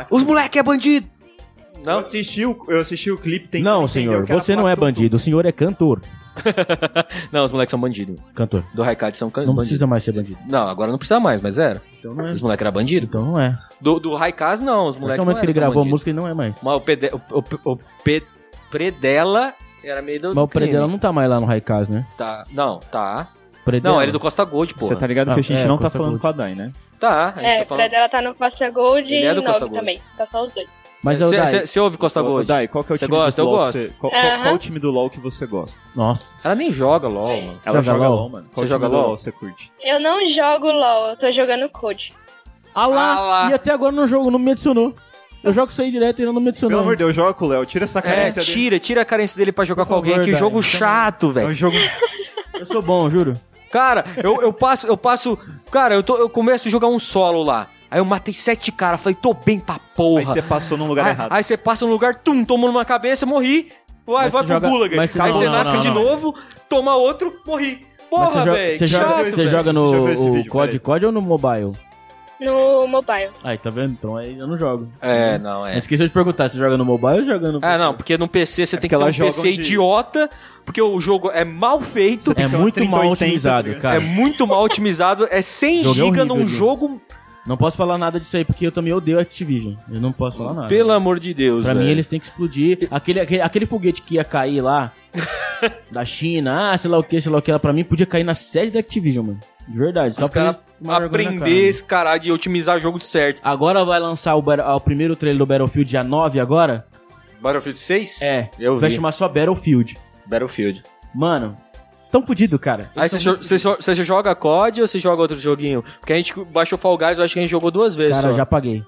Os moleque é bandido. Não?
Eu assisti o, eu assisti o clipe, tem
não,
que entender
senhor,
o que tá era
você não é
Plactum.
bandido, o senhor é cantor.
Não, os moleques são bandidos.
Cantor.
Do Raikad são can-
Não
bandido.
precisa mais ser bandido.
Não, agora não precisa mais, mas era.
Então não é.
Os moleques eram bandidos.
Então não é.
Do, do Raikaz, não, os
Até
moleques
o
não
momento que ele
eram
gravou a
bandido.
música, ele não é mais.
Mas o, pede, o, o, o pe- Predela era meio do.
Mas o
do crime.
Predela não tá mais lá no Raikaz, né?
Tá, não, tá.
Predella.
Não, ele é do Costa Gold, pô.
Você tá ligado que
Ah,
a gente
é,
não tá
Costa
falando
Gold.
com a Dai, né?
Tá, a gente
É,
tá
pra
falando.
dela tá no Costa Gold
Ele é
e
do Costa
Nog
Gold.
também. Tá só os dois.
Mas é o Dai.
Você ouve Costa
Ô,
Gold?
Dai, qual que é o
Você
time
gosta?
do
Eu
LoL?
gosto.
que você- qual, qual-
Aham.
qual o time do LoL que você gosta?
Nossa.
Ela nem joga LOL, mano.
Ela
joga
joga
LoL?
LoL, mano.
Você
Qual
joga
time do
LoL?
Você curte.
Eu não jogo LOL, eu tô jogando Code.
Ah
Ah
lá!
lá.
E até agora no jogo não me adicionou. Eu jogo isso aí direto e ele não me adicionou.
Pelo amor de Deus, joga com o Léo. Tira essa
É,
carência dele.
tira, tira a carência dele pra jogar
Por
com alguém.
favor,
Que
Dai,
jogo
então-
chato,
É um
velho.
jogo
Eu sou bom, juro.
Cara, eu, eu passo, eu passo. Cara, eu, tô, eu começo a jogar um solo lá. Aí eu matei sete caras, falei, tô bem pra
Aí
porra.
você passou num lugar
Aí-
errado.
Aí você passa no lugar, tum, toma numa cabeça, morri. Vai,
Mas
vai
você
pro
joga-
Gulaga. Aí
mas você- não,
você
não,
nasce
não,
de
não.
novo, toma outro, morri.
Mas
Porra,
você joga-
velho.
você
que
joga,
chato,
você
velho.
joga
Você já viu esse
no o
vídeo,
COD,
peraí.
COD ou no mobile?
No mobile.
Aí, tá vendo? Então aí eu não jogo.
É, não, é.
Mas esqueceu de perguntar se joga no mobile ou joga no.
Ah, não, porque no PC você tem que
porque
ter um
elas jogam
PC
de-
idiota, porque o jogo é mal feito,
É
Então,
muito
30,
mal
80, tá
otimizado,
ligado?
cara.
é muito mal otimizado, é 100
Jogo é
GB
horrível,
num
gente.
jogo,
Não posso falar nada disso aí, porque eu também odeio Activision. Eu Ah, não posso falar nada.
pelo amor de Deus,
Pra
velho.
mim, eles têm que explodir. Aquele, aquele, aquele foguete que ia cair lá, da China, ah, sei lá o que, sei lá o que, lá, pra mim podia cair na sede da Activision, mano. De verdade. Só
Os
pra
caras
eles tomar vergonha na cara,
aprender
mano.
esse caralho de otimizar jogo certo.
Agora vai lançar o, Battle- ah, o primeiro trailer do Battlefield dia 9 agora?
Battlefield 6?
É.
Eu
Vai
vi.
chamar só Battlefield.
Battlefield.
Mano, tão fudido, cara.
Aí você, jo- você, jo- você joga COD ou você joga outro joguinho? Porque a gente baixou Fall Guys, eu acho que a gente jogou duas vezes
Cara,
só.
eu já paguei.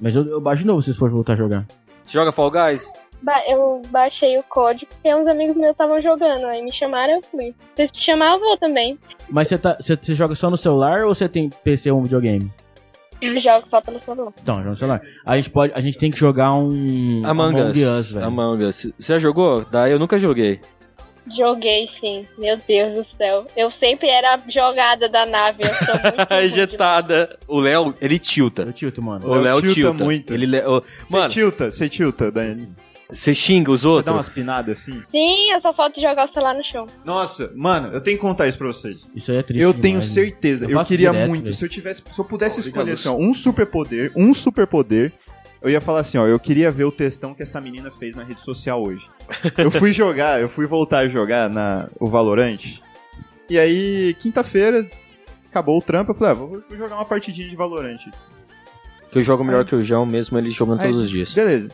Mas eu, eu baixo de novo se vocês forem voltar a jogar.
Joga Fall Guys?
Ba- eu baixei o Code porque uns amigos meus estavam jogando, aí me chamaram, eu fui. Se eles te chamar, eu vou também.
Mas você tá, você- você joga só no celular ou você tem PC ou um videogame?
Eu jogo só pelo celular.
Então, joga no celular. A gente, pode, a gente tem que jogar um
Among, Us.
velho.
Among Us. Você já jogou? Daí eu nunca joguei.
Joguei sim, meu Deus do céu. Eu sempre era jogada da nave, eu sou muito. ruim de-
Ejetada. O Léo, ele tilta.
Eu tilto, mano.
O Léo tilta.
muito.
Ele, le- o-
Você
Mano,
tilta, você tilta, Daiane.
você xinga os
Você dá
outros?
umas pinadas assim.
Sim, eu só falta jogar o celular no chão.
Nossa, mano, eu tenho que contar isso pra vocês.
Isso aí é triste.
eu
demais,
tenho
né?
certeza,
Eu
eu,
faço
queria
direto,
muito.
velho.
Se eu tivesse, se eu pudesse
Obrigado.
escolher assim, ó, um superpoder, um superpoder, eu ia falar assim, ó, eu queria ver o textão que essa menina fez na rede social hoje. eu fui jogar, eu fui voltar a jogar na o Valorant. E aí, quinta-feira, acabou o trampo, eu falei, ah, vou, vou jogar uma partidinha de Valorant.
Que eu jogo melhor que o João, mesmo ele jogando
Aí,
todos os dias.
Beleza.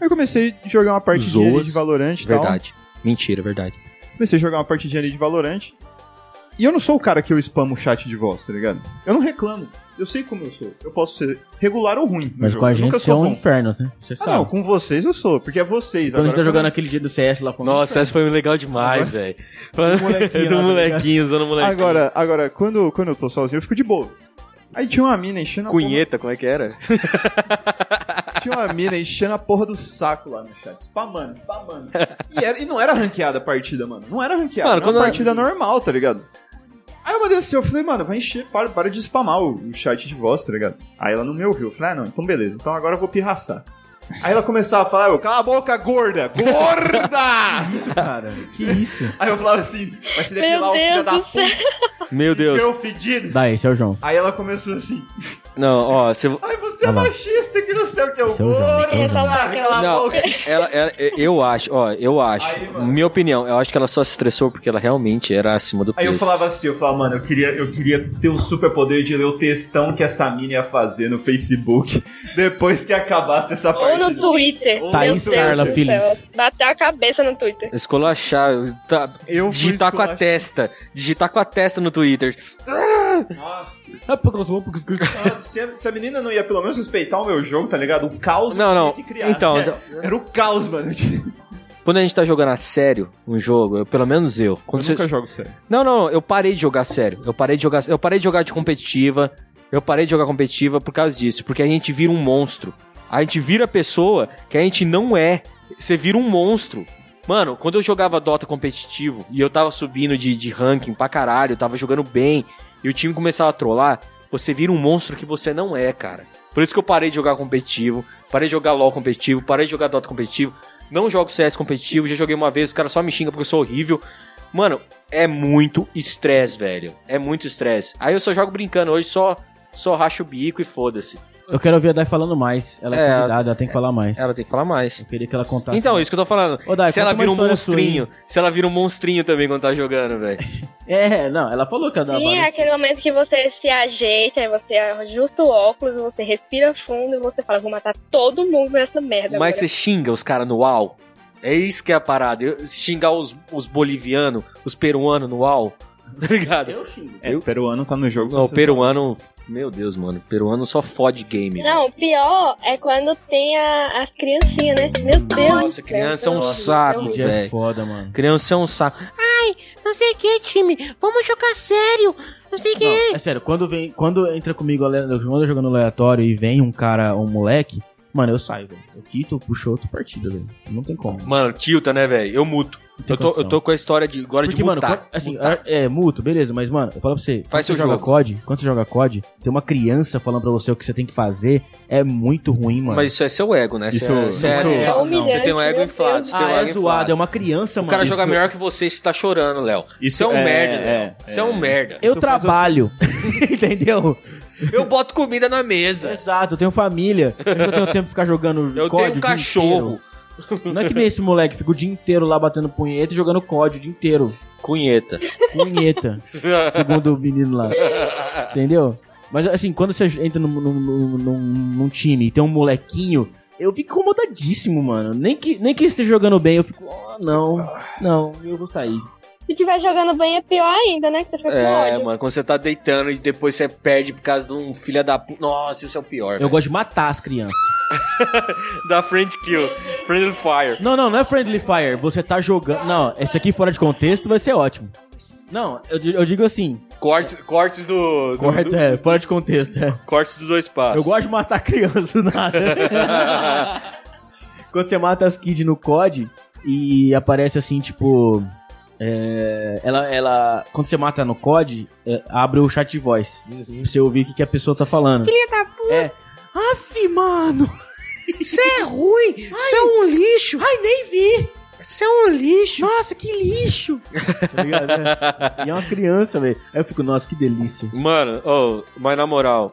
Aí eu comecei a jogar uma partidinha ali
Zoas.
de Valorant e tal.
Verdade. Mentira, verdade.
Comecei a jogar uma partidinha ali de Valorant. E eu não sou o cara que eu spamo o chat de voz, tá ligado? Eu não reclamo. Eu sei como eu sou. Eu posso ser regular ou ruim. no
Mas
jogo.
com a
Eu
gente
nunca
isso é
sou
um
bom.
inferno, né? Você
Ah, não,
sabe.
com vocês eu sou, porque é vocês.
Quando a gente tá
agora
jogando
comigo.
aquele dia do CS lá fora.
Nossa, essa foi legal demais, velho.
um
Falando
molequinho
do
lá, tá
molequinho, usando um molequinho.
Agora, agora quando, quando eu tô sozinho, eu fico de boa. Aí tinha uma mina enchendo a
Cunheta, como é que era?
porra, tinha uma mina enchendo a porra do saco lá no chat, spamando, spamando. E, era- e não era ranqueada a partida, mano. Não era ranqueada,
Mano,
era uma
quando-
partida normal, tá ligado? Aí eu mandei assim, eu falei, mano, vai encher, para, para de spamar o, o chat de voz, tá ligado? Aí ela não me ouviu, eu falei, ah, não, então beleza, então agora eu vou pirraçar. Aí ela começava a falar, eu, cala a boca, gorda! Gorda!
Cara, que isso?
Aí eu falava assim, vai se depilar
Meu
o filho
Deus
da
do céu.
puta,
Meu Deus.
meu fedido.
Daí, seu é João.
Aí ela começou assim,
Não, ó, você.
ai, você é
Ah lá.
machista, que não sei o que, eu,
Seu João, seu
gorda!
João.
Cala a
Não, é,
boca!
ela, ela- eu acho, ó, eu acho.
Aí, mano.
minha opinião, eu acho que ela só se estressou porque ela realmente era acima do
Aí eu
peso.
falava assim, eu falava, mano, eu queria, eu queria ter o superpoder de ler o textão que essa mina ia fazer no Facebook depois que acabasse essa
Ou
parte.
no
do-
Twitter.
Ou
Meu
Thaís
Deus do
Carla
céu.
Phillips.
Bateu a cabeça no Twitter.
Escolachar, tá,
Eu fui
digitar com a
escolachar.
testa, digitar com a testa no Twitter.
Nossa.
É,
Ah, Se a, se a menina não ia pelo menos respeitar o meu jogo, tá ligado? O caos
Não,
eu tinha
não.
que criar.
Então,
É,
então-
era o caos, mano. eu tinha-
Quando a gente tá jogando a sério um jogo, eu- pelo menos eu. Quando você-
jogo sério.
Não, não, eu parei de jogar sério. Eu parei de jogar, eu parei de jogar de competitiva. Eu parei de jogar competitiva por causa disso, porque a gente vira um monstro. A gente vira a pessoa que a gente não é. Você vira um monstro. Mano, quando eu jogava Dota competitivo e eu tava subindo de, de ranking pra caralho, eu tava jogando bem e o time começava a trollar, você vira um monstro que você não é, cara. Por isso que eu parei de jogar competitivo, parei de jogar LoL competitivo, parei de jogar Dota competitivo, não jogo CS competitivo, já joguei uma vez, os caras só me xingam porque eu sou horrível. Mano, é muito estresse, velho. É muito estresse. Aí eu só jogo brincando hoje, só, só racho o bico e foda-se.
Eu quero ouvir a Dai falando mais. Ela é,
É,
convidada, ela tem que falar mais.
Ela tem que falar mais.
Eu queria que ela contasse.
Então, isso que eu tô falando.
Ô, Tá Dai,
se ela
conta uma
vira um
história sua aí.
monstrinho, se ela vira um monstrinho também quando tá jogando, velho.
É, não, ela falou que ela dava
Sim, é
várias-
aquele momento que você se ajeita, aí você ajusta o óculos, você respira fundo e você fala, vou matar todo mundo nessa merda.
Mas
agora.
você xinga os caras no UAU. É isso que é a parada. Eu- xingar os, os bolivianos, os peruanos no UAU. Tá ligado?
É, o peruano tá no jogo.
Não, o
você
peruano. Meu Deus, mano. O peruano só fode game. velho.
Não, o pior é quando tem a, as criancinhas, né? Meu Deus. do
Nossa,
céu,
criança é um
meu Deus,
saco,
meu Deus.
Dia
velho.
é foda, mano.
Criança é um saco.
Não sei o que, time. Vamos jogar sério. Não sei o que.
Não, é sério, quando vem, quando entra comigo, ale- quando eu jogando aleatório e vem um cara, um moleque, mano, eu saio, velho. Eu quito, eu puxo outro partido, velho. Não tem como. não
Mano, tilta, né, velho? Eu muto.
tem
Eu tô, eu
condição.
tô com a história de, agora
Porque,
de
mano,
mutar.
quando- assim,
Mutar.
é, é, multo, beleza, mas, mano, eu falo pra você, quando
seu
você joga
jogo.
COD, quando você joga COD, tem uma criança falando pra você o que você tem que fazer, é muito ruim, mano.
Mas isso é seu ego, né? Você
Isso-
é, você é
isso-
ego
É
inflado.
humilhante,
Você tem um ego
meu
inflado.
Deus.
Você tem um
ah,
ego
é zoado, é
inflado.
uma criança,
O
mano.
cara joga
isso-
melhor que você e você tá chorando, Léo. Isso é um
é-
merda,
é-
Léo. Isso é, um
é.
merda.
Eu
Isso faz
trabalho, entendeu?
Eu boto comida na mesa.
Exato, eu tenho família. Eu não tenho tempo de ficar jogando
Eu
COD
tenho um
o dia
cachorro.
inteiro. Não é que nem esse moleque, fica o dia inteiro lá batendo punheta e jogando COD o dia inteiro.
Cunheta.
Punheta, segundo o menino lá. Entendeu? Mas assim, quando você entra num, num, num- num- num time e tem um molequinho, eu fico incomodadíssimo, mano. Nem que, nem que esteja jogando bem, eu fico, oh, não, não, eu vou sair.
Se tiver jogando bem é pior ainda, né? Que você fica com
é,
ódio.
mano, quando você tá deitando e depois você perde por causa de um filho da puta. Nossa, isso é o pior.
Eu
velho.
gosto de matar as crianças.
Da Friend Kill. Friendly Fire.
Não, não, não é Friendly Fire. Você tá jogando. Não, esse aqui fora de contexto vai ser ótimo. Não, eu, di- eu digo assim.
Cortes, cortes do. do-
Cortes,
do-
é, fora de contexto, é.
cortes dos dois passos.
Eu gosto de matar criança do nada. Quando você mata as kids no COD e aparece assim, tipo. é, ela, ela. Quando você mata no COD, é, abre o chat de voz. Pra você ouvir o que, que a pessoa tá falando.
Filha da puta.
É. Aff, mano!
Você é ruim. Você é um lixo.
Ai, nem vi!
Você é um lixo.
Nossa, que lixo! Tá ligado? É. E é uma criança, velho. Aí eu fico, nossa, que delícia.
Mano, ô, mas na moral.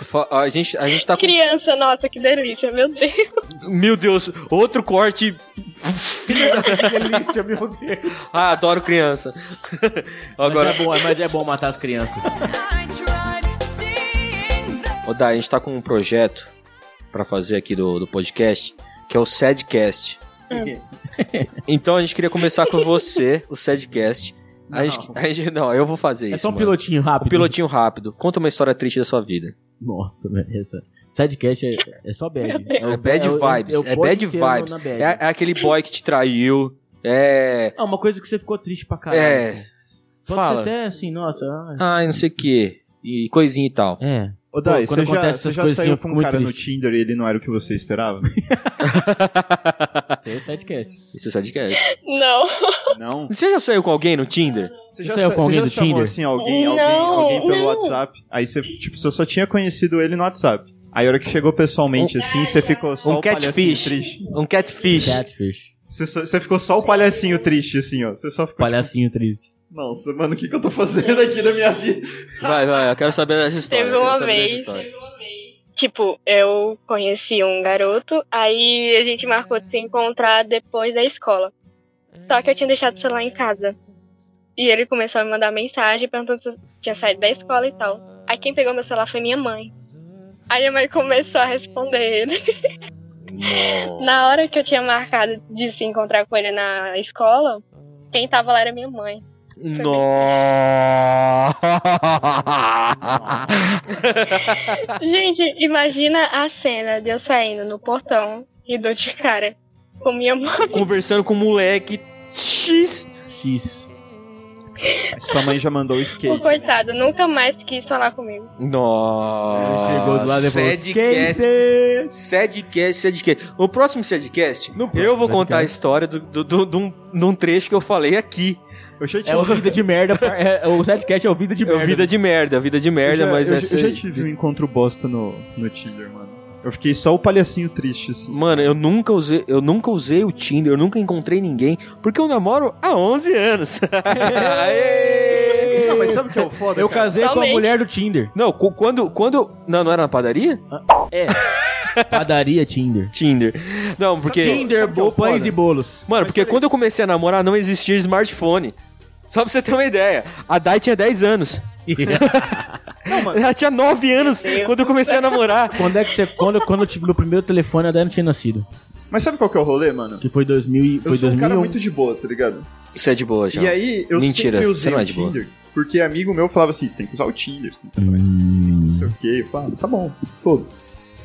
fa- A gente, a gente tá com.
Criança, nossa, que delícia, meu Deus.
Meu Deus, outro corte.
que delícia, meu Deus.
Ah, adoro criança. Agora,
Mas é bom, mas é bom matar as crianças.
ô Dai, a gente tá com um projeto pra fazer aqui do, do podcast, que é o Sadcast.
É.
Então a gente queria começar com você, o Sadcast. A gente, a gente- não, eu vou fazer
É
isso.
só um
mano.
pilotinho rápido.
Um pilotinho rápido. Conta uma história triste da sua vida.
Nossa, velho, essa. Sidecast é, é só bad. o-
É bad
o-
vibes.
o
É
pod
bad
inteiro
vibes.
na
É,
bad.
é aquele boy que te traiu. É.
Ah, uma coisa que você ficou triste pra caralho.
É.
assim. Pode
Fala.
ser até assim, nossa. ah,
Ai, não sei o que. E coisinha e tal.
É.
Ô, Dai,
Pô,
você
quando
já,
acontece
você
essas
já
coisas assim,
saiu
eu fico
com um
muito
cara no
triste.
Tinder e ele não era o que você esperava?
Você é Sidecast.
Isso é Sadcast.
Não.
Não.
Você já saiu com alguém no Tinder?
Você
Você
já,
saiu
sa-
com
você
alguém
já
do
chamou
Tinder?
assim alguém, alguém,
Não,
alguém pelo
não.
WhatsApp? Aí você, tipo, você só tinha conhecido ele no WhatsApp. Aí a hora que chegou pessoalmente, assim, você ficou só
um
o palhacinho
catfish.
triste.
Um catfish.
Catfish.
Você, só- você ficou só o palhacinho triste, assim, ó. Você só ficou.
Palhacinho triste.
tipo, Nossa, mano, o que, que eu tô fazendo aqui na minha vida?
Vai, vai, eu quero saber dessa história.
Teve
eu quero
uma
saber dessa
vez.
história.
Tipo, eu conheci um garoto, aí a gente marcou de se encontrar depois da escola. Só que eu tinha deixado o celular em casa. E ele começou a me mandar mensagem perguntando se eu tinha saído da escola e tal. Aí quem pegou meu celular foi minha mãe. Aí minha mãe começou a responder ele. na hora que eu tinha marcado de se encontrar com ele na escola, quem tava lá era minha mãe.
Nossa!
Gente, imagina a cena de eu saindo no portão e dou de cara com minha mãe.
Conversando com o moleque. X!
X.
Sua mãe já mandou o
né?
O
skate.
coitado nunca mais quis falar comigo.
Ele
Nossa!
chegou do lado e falou,
Sadcast,
"Skater!"
Sadcast, Sadcast. No próximo Sadcast,
No próximo
eu vou contar a
Sadcast.
história do- do- do- de um- de um trecho que eu falei aqui.
Eu já um te
É o Vida de Merda. par- É, o Sadcast é o Vida de
É
Merda.
vida de merda, vida de merda,
eu já,
mas
é
eu,
essa.
já- eu já tive um encontro bosta no, no Tinder, mano. Eu fiquei só o palhacinho triste, assim.
Mano, eu nunca usei, eu nunca usei o Tinder, eu nunca encontrei ninguém, porque eu namoro há 11 anos. Aê!
Não, mas sabe o que é o foda?
Eu
cara?
casei com a
Totalmente.
mulher do Tinder.
Não, cu- quando quando não, não era na padaria?
É. Padaria Tinder.
Tinder. Não, porque
Tinder,
Tinder,
bo-
pães
pães
e
e
bolos.
Mano, porque
peraí.
quando eu comecei a namorar não existia smartphone. Só pra você ter uma ideia, a Dai tinha 10 anos.
Não, mano.
Ela tinha 9 anos quando eu comecei a namorar.
Quando é que você. Quando, quando eu tive meu primeiro telefone, a Dani tinha nascido.
Mas sabe qual que é o rolê, mano?
Que foi 2000 e-
Eu
Foi
sou um
2001.
cara muito de boa, tá ligado?
Isso é de boa, já.
E aí, eu
Mentira,
sempre
você
usei
não é
o
de boa.
Tinder, porque amigo meu falava assim, você tem que usar o Tinder, você tem que não sei o quê. Eu falava, tá bom, todo.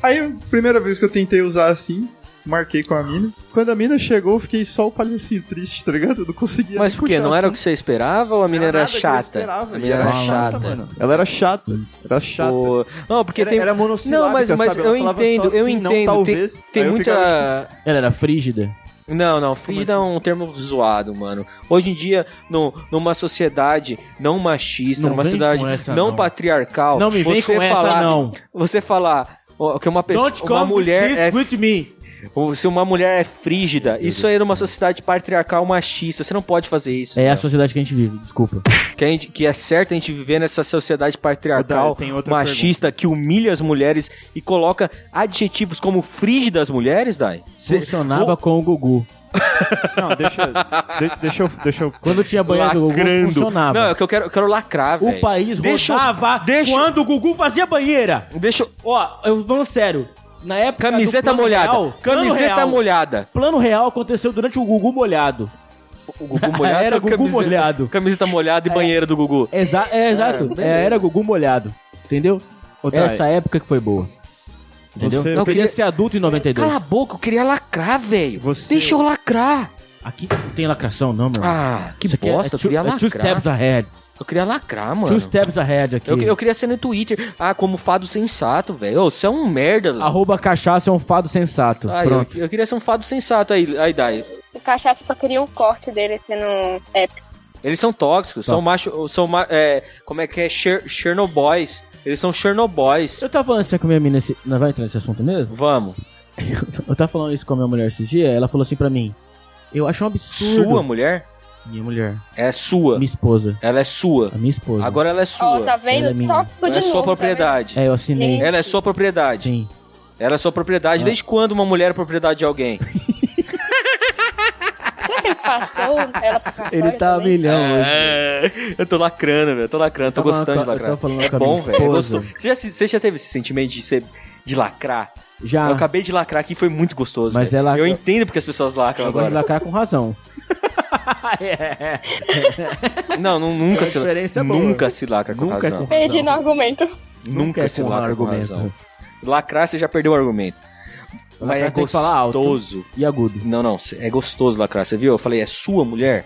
Aí, a primeira vez que eu tentei usar assim, marquei com a mina. Quando a mina chegou, eu fiquei só o palhacinho triste, tá ligado? Eu não conseguia
Mas
nem
por quê?
puxar
Não era o que
assunto.
você esperava ou a mina era,
assim. nada que eu
chata? A
esperava,
mina
e
era
era chata,
chata.
mano. Ela era
um.
chata, era chata.
Pô, Não, porque
era,
tem.
era monossilábica,
Não, mas- mas
sabe? Ela
eu
falava
entendo,
só
eu
assim,
entendo.
Não, talvez.
Tem
Aí eu
muita.
ficava, tipo,
Ela era frígida.
Não, não, frígida é um termo zoado, mano. Hoje em dia, no- numa sociedade não machista,
Não
numa
vem
sociedade
com essa,
não,
não.
patriarcal,
Não me vem
você
com
falar,
essa, não.
Você falar ó, que uma pessoa,
Don't
uma
come
mulher
with
é,
this with me.
ou se uma mulher é frígida, isso aí é numa sociedade patriarcal machista, você não pode fazer isso.
É a
cara.
sociedade que a gente vive, desculpa.
que, a gente- que é certo a gente viver nessa sociedade patriarcal
Ô, Dai, tem outra
machista que humilha as mulheres e coloca adjetivos como frígida as mulheres, Dai? Cê-
Funcionava com o Gugu.
Não, deixa, de- deixa, eu, deixa eu...
Quando tinha banheiro do Gugu,
Lacrando.
funcionava.
Não, é que eu quero, eu quero lacrar, velho.
o país
deixa, eu-
rodava
deixa-
quando o Gugu fazia banheira.
Deixa eu-
Ó, eu tô falando sério. Na época
Camiseta
do Plano
molhada.
Real, Plano
camiseta
Real.
molhada.
Plano real aconteceu durante o Gugu molhado.
O Gugu molhado.
Ah,
é
Era Gugu
camiseta-
molhado. É.
Camiseta molhada e banheira do Gugu.
Exa é, exato.
beleza.
É, era Gugu molhado. Entendeu?
Ô, Dai,
Essa época que foi boa. Entendeu?
Você-
eu queria ser adulto em 92.
Cala a boca, eu queria lacrar, velho.
Você-
Deixa eu lacrar.
Aqui não tem lacração, não, meu irmão.
Ah, que
Isso aqui é-
bosta.
é two,
eu queria
é two
lacrar.
steps ahead.
Eu queria lacrar, mano.
Two steps ahead aqui.
Eu, eu queria ser no Twitter. Ah, como fado sensato, velho. Ô, Você é um merda. velho.
Arroba cachaça é um fado sensato.
Ai, eu,
Pronto.
eu queria ser um fado sensato aí, aí Dai.
O cachaça só queria um corte dele sendo é, épico.
Eles são tóxicos,
Tá.
são macho, são ma- é, como é que é Cher- Chernobyls. Eles são Chernobyls.
Eu, tava falando isso com a minha mina. Esse... Não vai entrar nesse assunto mesmo?
Vamos.
Eu tava falando isso com a minha mulher esses dias. Ela falou assim pra mim: Eu acho um absurdo.
Sua mulher
Minha mulher.
é sua.
Minha esposa.
Ela é sua.
A minha esposa.
Agora ela é
Ó, tá
sua.
Ela é
vendo?
minha.
Tóxico de
Ela é
novo,
sua
tá
propriedade.
É, eu assinei.
Gente.
Ela é sua propriedade.
Sim. Ah.
Ela é sua propriedade. Desde quando uma mulher é propriedade de alguém?
vendo? Será é que ele passou ela pro cartório
Ele tá a
também?
milhão hoje.
É, eu tô lacrando, velho. Eu tô lacrando, tô
Tava
gostando
com-
de lacrar.
eu tava falando
é
com a
bom,
minha
velho.
esposa.
Gostou. Você já, se- você já teve esse sentimento de ser de lacrar?
Já.
Eu acabei de lacrar aqui, foi muito gostoso.
Ah. Mas
velho.
ela-
Eu entendo porque as pessoas lacram
Eu gosto de
agora.
lacrar com razão.
Não, não-
É
nunca
uma
se
experiência boa.
nunca se lacra com
Nunca é
razão.
com-
Perdi no argumento.
Nunca,
Nunca é
se
com
lacra com
argumento.
razão. Lacrar você já perdeu o argumento. Mas é
Lacrar tem que falar alto.
gostoso.
E agudo.
Não, não, é gostoso lacrar. Você viu? Eu falei, é sua mulher?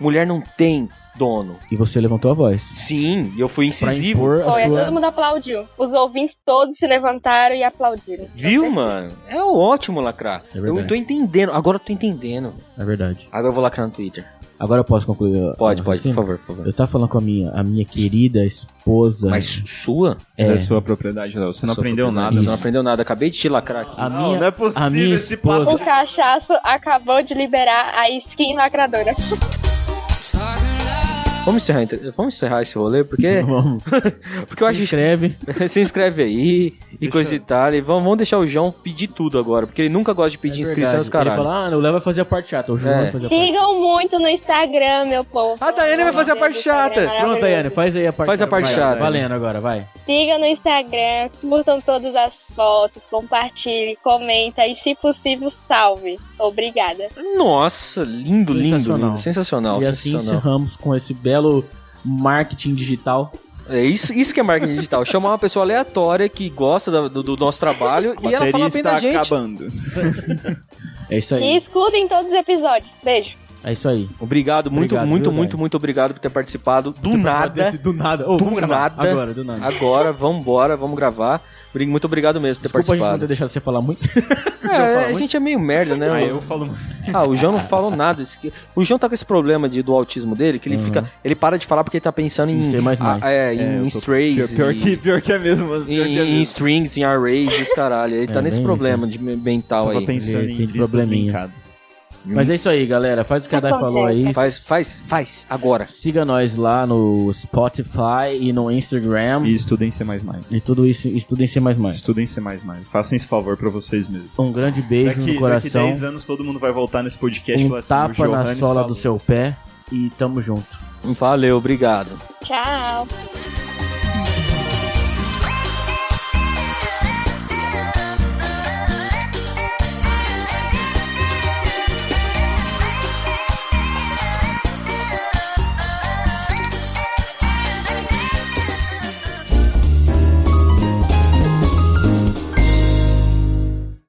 Mulher não tem dono.
E você levantou a voz.
Sim, e eu fui
É Pra
incisivo.
impor a
Foi,
sua.
todo mundo aplaudiu. Os ouvintes todos se levantaram e aplaudiram.
Viu, mano? É ótimo lacrar.
É verdade.
eu tô entendendo, agora eu tô entendendo.
É verdade.
Agora eu vou lacrar no Twitter.
Agora eu posso concluir? o-
Pode,
o
pode, por
raciocínio?
favor, por favor.
Eu tava falando com a minha, a minha querida esposa.
Mas sua?
É.
Da sua propriedade, Léo. Você não
Sua
aprendeu
propriedade.
nada.
Você não
Isso. Ah.
aprendeu nada, acabei de te lacrar aqui.
A
Não,
minha,
não é possível
a minha
esse
esposa.
papo.
O cachaço acabou de liberar a skin lacradora.
Vamos encerrar, então- vamos encerrar esse rolê, porque,
Vamos,
porque eu acho
escreve.
Se inscreve aí e coisa e tal. E vamos, vamos deixar o João pedir tudo agora, porque ele nunca gosta de pedir inscrição aos
É Ele
caralho.
fala, ah, o Léo vai fazer a parte chata, o João
É.
vai fazer a parte
Sigam muito no Instagram, meu povo.
A Daiane vai fazer a parte chata.
é
Pronto, Daiane, faz aí a parte
Faz a parte
vai,
chata.
Valendo agora, vai.
Siga no Instagram, curtam todas as fotos, compartilhe, comenta e, se possível, salve. Obrigada.
Nossa, lindo, lindo,
Sensacional.
lindo. Sensacional,
e assim
sensacional.
encerramos com esse belo marketing digital.
É isso, isso que é marketing digital. Chamar uma pessoa aleatória que gosta da- do, do nosso trabalho e ela fala bem da gente.
acabando.
É isso
E
aí.
escutem todos os episódios. Beijo.
É isso aí.
Obrigado, muito,
Obrigado,
muito,
viu,
muito,
Daiane?
muito obrigado por ter participado. Do nada.
Desse- Do nada. Ô,
Do
vamos gravar.
nada.
Agora, do nada.
Agora, vambora, vamos gravar. Muito obrigado mesmo por ter
Desculpa a gente não ter
participado.
deixado você falar muito.
É, a gente é meio merda, né?
Aí
mano?
eu falo
Ah, o João não falou nada. Isso que- O João tá com esse problema de, do autismo dele, que ele
Uhum.
fica. Ele para de falar porque ele tá pensando em.
Em ser mais mais.
ah, é, em
eu tô- pior,
strays.
pior
e-
que, pior que é mesmo. mas
Em,
Pior que é
em
mesmo.
strings, em arrays, os caralho. Ele
É,
tá nesse
bem
problema de mental
Tava
aí.
pensando
Ele
em
tem
listas
probleminha.
linkadas.
Mas é isso aí, galera. Faz o que a Dai falou aí.
Hum. Faz, faz, faz, agora.
Siga nós lá no Spotify e no Instagram.
E estudem C++.
E tudo isso, estudem ser mais mais.
Estudem C++. Façam esse favor pra vocês mesmos.
Um grande beijo
Daqui,
no
daqui
coração.
10 anos todo mundo vai voltar nesse podcast e falar
Um
assim, o
tapa na
Johannes
sola
falou.
do seu pé. E tamo junto.
Valeu, obrigado.
Tchau.